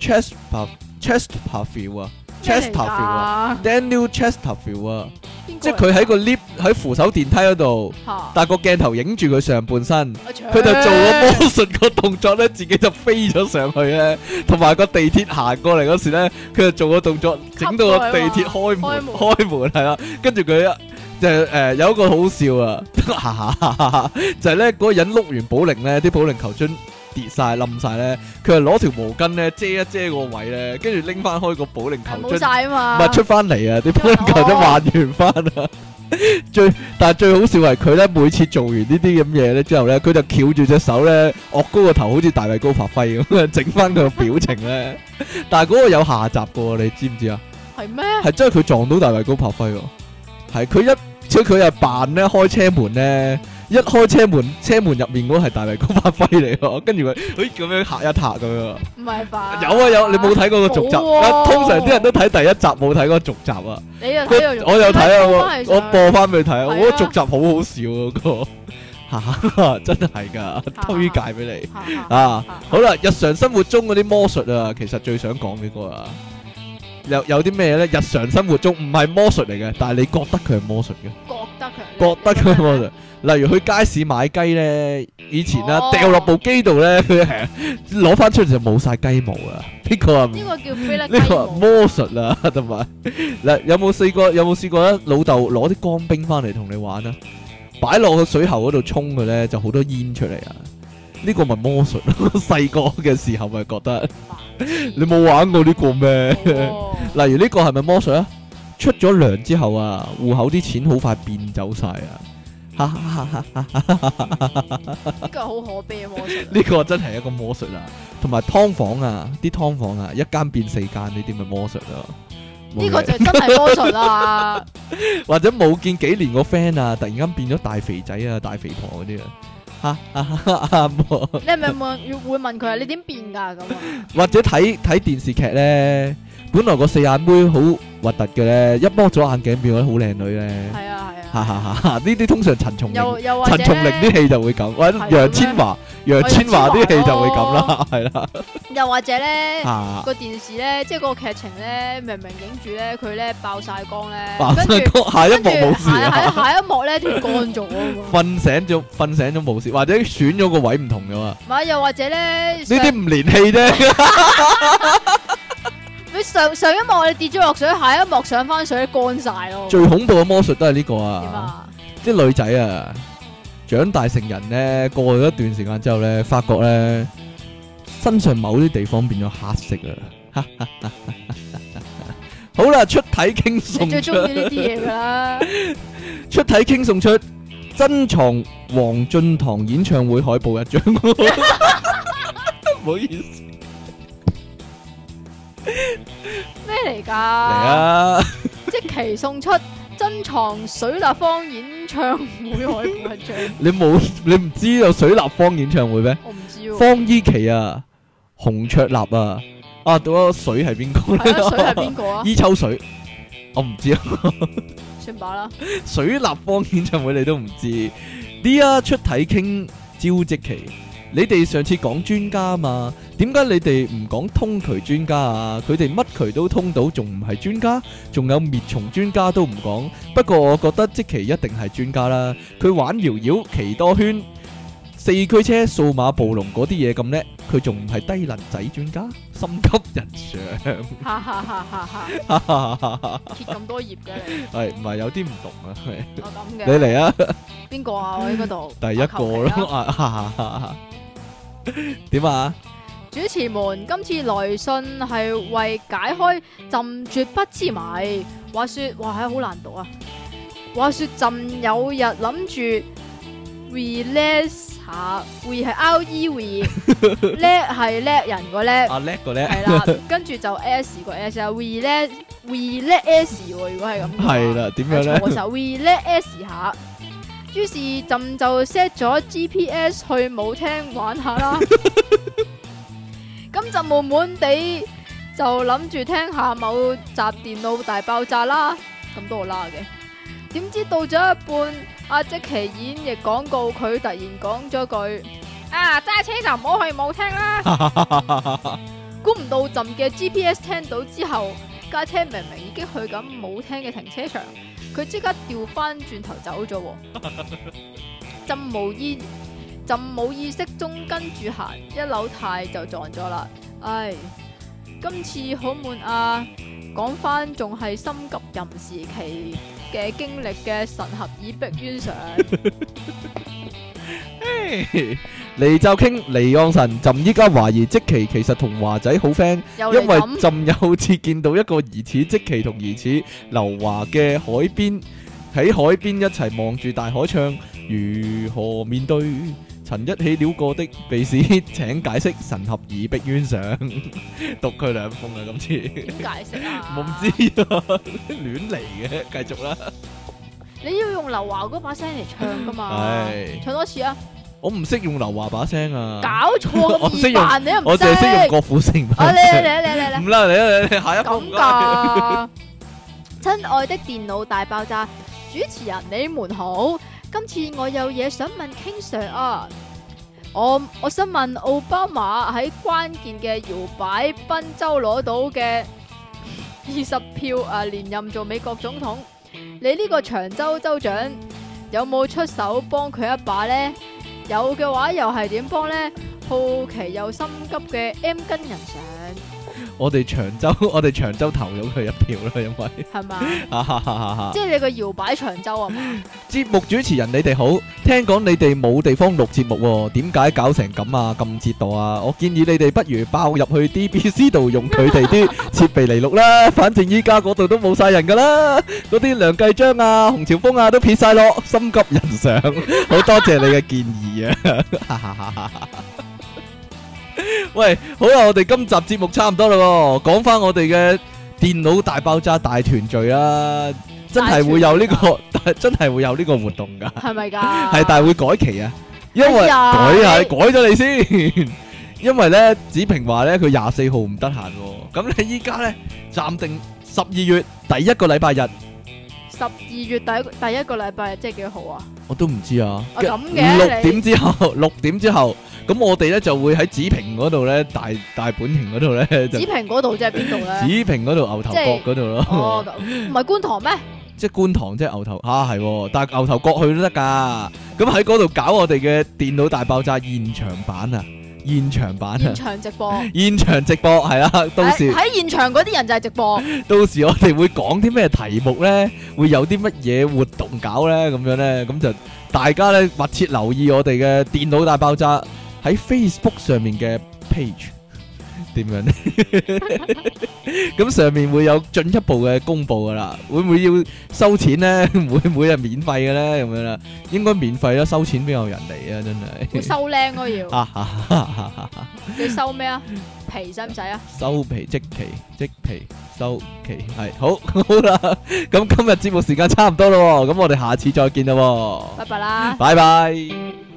Speaker 1: Chester Chesterfield 啊
Speaker 2: 咩嚟
Speaker 1: ，Chesterfield 啊
Speaker 2: 㗎
Speaker 1: ，Daniel Chesterfield 啊，
Speaker 2: 邊個嚟㗎
Speaker 1: 即係佢喺個 lift 喺扶手電梯嗰度，
Speaker 2: 嚇
Speaker 1: 但係個鏡頭影住佢上半身，
Speaker 2: 我搶
Speaker 1: 佢就做個魔術個動作咧，自己就飛咗上去咧，同埋個地鐵行過嚟嗰時咧，佢就做個動作，整到個地鐵開門
Speaker 2: 吸佢
Speaker 1: 開門係啦，跟住佢啊就誒、有一個好笑啊， 就係咧嗰個人碌完保齡咧，啲保齡球樽跌晒冧晒咧，佢就攞條毛巾咧遮一遮個位咧，跟住拎翻開個保齡球
Speaker 2: 冇
Speaker 1: 樽。
Speaker 2: 晒啊嘛，
Speaker 1: 咪出翻嚟啊！啲保齡球都還原翻啊！ 最但係最好笑係佢咧，每次做完呢啲咁嘢咧之後咧，佢就翹住隻手咧，昂高個頭，好似大衛高發揮咁 樣，整翻佢個表情咧。但係嗰個有下集噶喎，你知唔知啊？
Speaker 2: 係咩？
Speaker 1: 係真係佢撞到大衛高發揮喎，係佢一即係佢係扮咧開車門咧，一開車門車門入面嗰個係大衛高發揮嚟喎， 跟住佢誒咁樣嚇一嚇咁樣啊。
Speaker 2: 唔係吧？
Speaker 1: 有啊有，你冇睇過個續集？
Speaker 2: 冇喎
Speaker 1: 啊通常啲人都睇第一集，冇睇過續集啊。
Speaker 2: 你 又
Speaker 1: 我
Speaker 2: 睇
Speaker 1: 我有睇啊，
Speaker 2: 啊，
Speaker 1: 我我播翻俾你睇啊，
Speaker 2: 係
Speaker 1: 我
Speaker 2: 啊
Speaker 1: 覺得續集好好笑啊嗰個，嚇 真係噶，推介俾你啊！好啦，日常生活中嗰啲魔術啊，其實最想講呢個啊，有有啲咩咧？日常生活中唔係魔術嚟嘅，但係你覺得佢係魔術 嘅，
Speaker 2: 覺得佢
Speaker 1: 覺得佢係魔術。例如去街市買雞咧，以前啦
Speaker 2: 哦
Speaker 1: 掉落部機度咧，佢係攞翻出嚟就冇晒雞毛啦，呢個啊唔
Speaker 2: 呢個叫飛甩雞
Speaker 1: 呢個
Speaker 2: 毛
Speaker 1: 魔術啊，同埋嗱，有冇試過有冇試過咧？老豆攞啲乾冰翻嚟同你玩啊，擺落個水喉嗰度沖佢咧，就好多煙出嚟啊！呢個咪魔術咯， 細個嘅時候咪覺得你冇玩過呢個咩？
Speaker 2: 哦
Speaker 1: 例如呢個係咪魔術啊？出咗糧之後啊，户口啲錢好快變走晒啊！哈哈哈哈！
Speaker 2: 呢個好可悲嘅啊魔術。
Speaker 1: 呢個真係一個魔術啊！同埋劏房啊，啲劏房啊，一間變四間呢啲咪魔術咯、冇
Speaker 2: 呢個
Speaker 1: 嘢
Speaker 2: 就真係魔術啦，
Speaker 1: 或者冇見幾年個 friend 啊，突然間變咗大肥仔啊、大肥婆嗰啲啊，嚇
Speaker 2: 你係咪問要會問佢啊？你點變㗎咁啊？
Speaker 1: 或者睇睇電視劇咧，本來個四眼妹好核突嘅咧，一剝咗眼鏡變咗好靚女咧，
Speaker 2: 係啊係
Speaker 1: 哈
Speaker 2: 啊，
Speaker 1: 哈哈！呢啲通常陳松
Speaker 2: 又
Speaker 1: 伶、
Speaker 2: 又或者
Speaker 1: 陳松伶啲
Speaker 2: 咧，
Speaker 1: 戲就會咁，或者
Speaker 2: 係
Speaker 1: 楊千嬅、楊千嬅啲戲就會咁啦， 係啦，
Speaker 2: 又或者咧。
Speaker 1: 嚇
Speaker 2: 個電視咧，即係嗰個劇情咧，明明影住咧，佢咧爆晒光咧，
Speaker 1: 白
Speaker 2: 跟住
Speaker 1: 哥 下一
Speaker 2: 跟
Speaker 1: 幕
Speaker 2: 住
Speaker 1: 冇事
Speaker 2: 下下
Speaker 1: 啊，
Speaker 2: 下一幕咧條乾咗喎。
Speaker 1: 瞓醒咗瞓醒咗冇事，或者選咗個位唔同咗啊，
Speaker 2: 唔係，又或者咧，
Speaker 1: 呢啲
Speaker 2: 上
Speaker 1: 唔連戲啫。
Speaker 2: 佢上上一幕我哋跌咗落水，下一幕上翻水乾晒咯。
Speaker 1: 最恐怖嘅魔術都係呢個
Speaker 2: 點
Speaker 1: 啊！
Speaker 2: 啊？
Speaker 1: 啲女仔啊，長大成人咧，過咗一段時間之後咧，發覺咧身上某啲地方變咗黑色啊！ 好啦，出體傾送
Speaker 2: 你最
Speaker 1: 出
Speaker 2: 中，意呢啲嘢 噶啦，
Speaker 1: 出體傾送出珍藏黃俊堂演唱會海報一張。 唔好意思，
Speaker 2: 咩嚟
Speaker 1: 嚟
Speaker 2: 噶？
Speaker 1: 啊！
Speaker 2: 即期送出珍藏水立方演唱會海報一張，
Speaker 1: 你冇你唔知有水立方演唱會咩？
Speaker 2: 我唔知喎。
Speaker 1: 方依琪啊，洪卓立啊，啊，到咗水係邊個
Speaker 2: 係啊，水係邊
Speaker 1: 咧？
Speaker 2: 個啊？
Speaker 1: 伊秋水，我唔知啊。
Speaker 2: 算吧啦，
Speaker 1: 水立方演唱會你都唔知，呢啊出體傾招積期。你哋上次講專家嘛？點解你哋唔講通渠專家啊？佢哋乜渠都通到，仲唔係專家？仲有滅蟲專家都唔講。不過我覺得積期一定係專家啦。佢玩搖搖、騎多圈、四驅車、數碼暴龍嗰啲嘢咁叻，佢仲唔係低能仔專家？心急人上。
Speaker 2: 哈哈哈哈哈！揭咁多頁嘅 你，
Speaker 1: 係唔係有啲唔同啊？係
Speaker 2: 我咁嘅。
Speaker 1: 你嚟啊！
Speaker 2: 邊個啊？我喺嗰度。
Speaker 1: 第一個
Speaker 2: 我求其
Speaker 1: 咯，啊點啊？
Speaker 2: 主持們，今次來信係為解開朕絕不之謎。話說，哇，係好難讀啊！話說朕有日諗住 relax 下，re 係 R E re，叻係叻人個叻，
Speaker 1: 阿叻個叻，
Speaker 2: 係啦，跟住就 S 個 S 啊，relax relax S 喎，如果係 咁嘅話。
Speaker 1: 係啦，點樣咧？
Speaker 2: 我就 relax 下。於是朕就 set 咗 GPS 去舞廳玩下 啦。咁就悶悶地就諗住聽下某集電腦大爆炸啦，咁都好啦嘅。點知到咗一半，阿即奇演繹廣告，佢突然講咗句：啊，揸車就唔好去舞廳啦！ 估唔到朕嘅 GPS 聽到之後，架車明明已經去緊冇廳嘅停車場，佢即刻調翻轉頭走咗 喎。朕無意，朕冇意識中跟住行，一扭太就撞咗啦。唉，今次好悶啊！講翻仲係心急任時期嘅經歷嘅神合以逼 冤上，
Speaker 1: 嚟就傾離岸神，朕依家懷疑即期其實同華仔好 friend，
Speaker 2: 又嚟
Speaker 1: 因為
Speaker 2: 咁
Speaker 1: 朕 有次見到一個疑似即期同疑似劉華嘅海邊，喺海邊一齊望住大海唱，如何面對曾一起了過的鼻 屎？請解釋神合以逼冤上， 讀佢兩封啊！今次。
Speaker 2: 點解釋啊？
Speaker 1: 我 唔知啊， 亂嚟嘅，繼續啦。
Speaker 2: 你要用劉華嗰把聲嚟唱噶嘛？
Speaker 1: 唉，
Speaker 2: 唱多次啊！
Speaker 1: 我唔識用劉華把聲啊，
Speaker 2: 搞錯
Speaker 1: 我
Speaker 2: 咁
Speaker 1: 識
Speaker 2: 易
Speaker 1: 用
Speaker 2: 扮你都唔
Speaker 1: 我淨係識用
Speaker 2: 識。
Speaker 1: 郭富城
Speaker 2: 啊
Speaker 1: 把
Speaker 2: 嚟嚟
Speaker 1: 聲。
Speaker 2: 嚟嚟嚟嚟
Speaker 1: 唔啦，嚟啦，嚟啦下一啊個
Speaker 2: 咁
Speaker 1: 唔該。
Speaker 2: 噶！ 親愛的電腦大爆炸主持人，你們好。今次我有嘢想問 King Sir 啊，我我想問奧巴馬喺關鍵嘅搖擺賓州攞到嘅 二十票啊，連任做美國總統，你呢個長州州長有冇出手幫佢一把呢？有嘅話又係點幫呢？好奇又心急嘅 M 跟人上
Speaker 1: 我哋長洲， 我哋長洲投咗佢一票啦，因為
Speaker 2: 係嘛？
Speaker 1: 哈哈哈哈哈
Speaker 2: 即係你個搖擺長洲 啊嘛，
Speaker 1: 節目主持人你哋好，聽講你哋冇地方錄節目喎，點解搞成咁啊？咁折墮啊！我建議你哋不如爆入去 DBC 度用佢哋啲設備嚟錄啦，反正依家嗰度都冇晒人噶啦，嗰啲梁繼章啊、洪朝峰啊都撇晒落，心急人 上，好多謝你嘅建議啊！ 喂，好啦，我哋今集節目差唔多啦喎，講翻我哋嘅電腦大爆炸大團聚啦，真係會有呢、個， 真係會有呢個活動噶。
Speaker 2: 係咪㗎？
Speaker 1: 係，但係會改期啊，因為
Speaker 2: 哎
Speaker 1: 改
Speaker 2: 呀
Speaker 1: 啊，
Speaker 2: 你
Speaker 1: 改咗你先。 因為咧，子平話咧佢廿四號唔得閒喎，咁你依家咧暫定十二月第一個禮拜日，
Speaker 2: 十二月第一第一個禮拜即係幾號啊？
Speaker 1: 我都唔知啊。
Speaker 2: 啊咁嘅
Speaker 1: 六
Speaker 2: 你
Speaker 1: 點之後， 六點之後，咁我哋咧就會喺子平嗰度咧，大大本營嗰度咧就子
Speaker 2: 紫平嗰度即係邊度咧？
Speaker 1: 平嗰度牛頭
Speaker 2: 即係
Speaker 1: 角嗰度咯
Speaker 2: 哦，。咁唔係觀塘 咩？
Speaker 1: 即係觀塘，即係牛頭啊，係喎，但係牛頭角去都得㗎。咁喺嗰度搞我哋嘅電腦大爆炸現場版啊，現場版啊
Speaker 2: 現，場直播，
Speaker 1: 現場直播係啦。到
Speaker 2: 喺
Speaker 1: 時
Speaker 2: 喺現場嗰啲人就係 直播，
Speaker 1: 到時我哋會講啲咩題目呢？會有啲乜嘢活動搞呢？咁樣呢，咁就大家呢密切留意我哋嘅電腦大爆炸喺 Facebook 上面嘅 page。點樣呢？ 咁上面會有進一步嘅公佈噶啦，會唔會要收錢呢？ 會唔會係免費嘅呢？咁樣啦，應該免費啦，收錢邊有人嚟啊？真係
Speaker 2: 要收靚咯要，
Speaker 1: 哈哈哈哈哈哈
Speaker 2: 你收咩啊？皮使唔使啊？
Speaker 1: 收皮即期即皮收期係好 好啦，咁今日節目時間差唔多咯喎，咁我哋下次再見啦喎，
Speaker 2: 拜拜啦。
Speaker 1: 拜拜。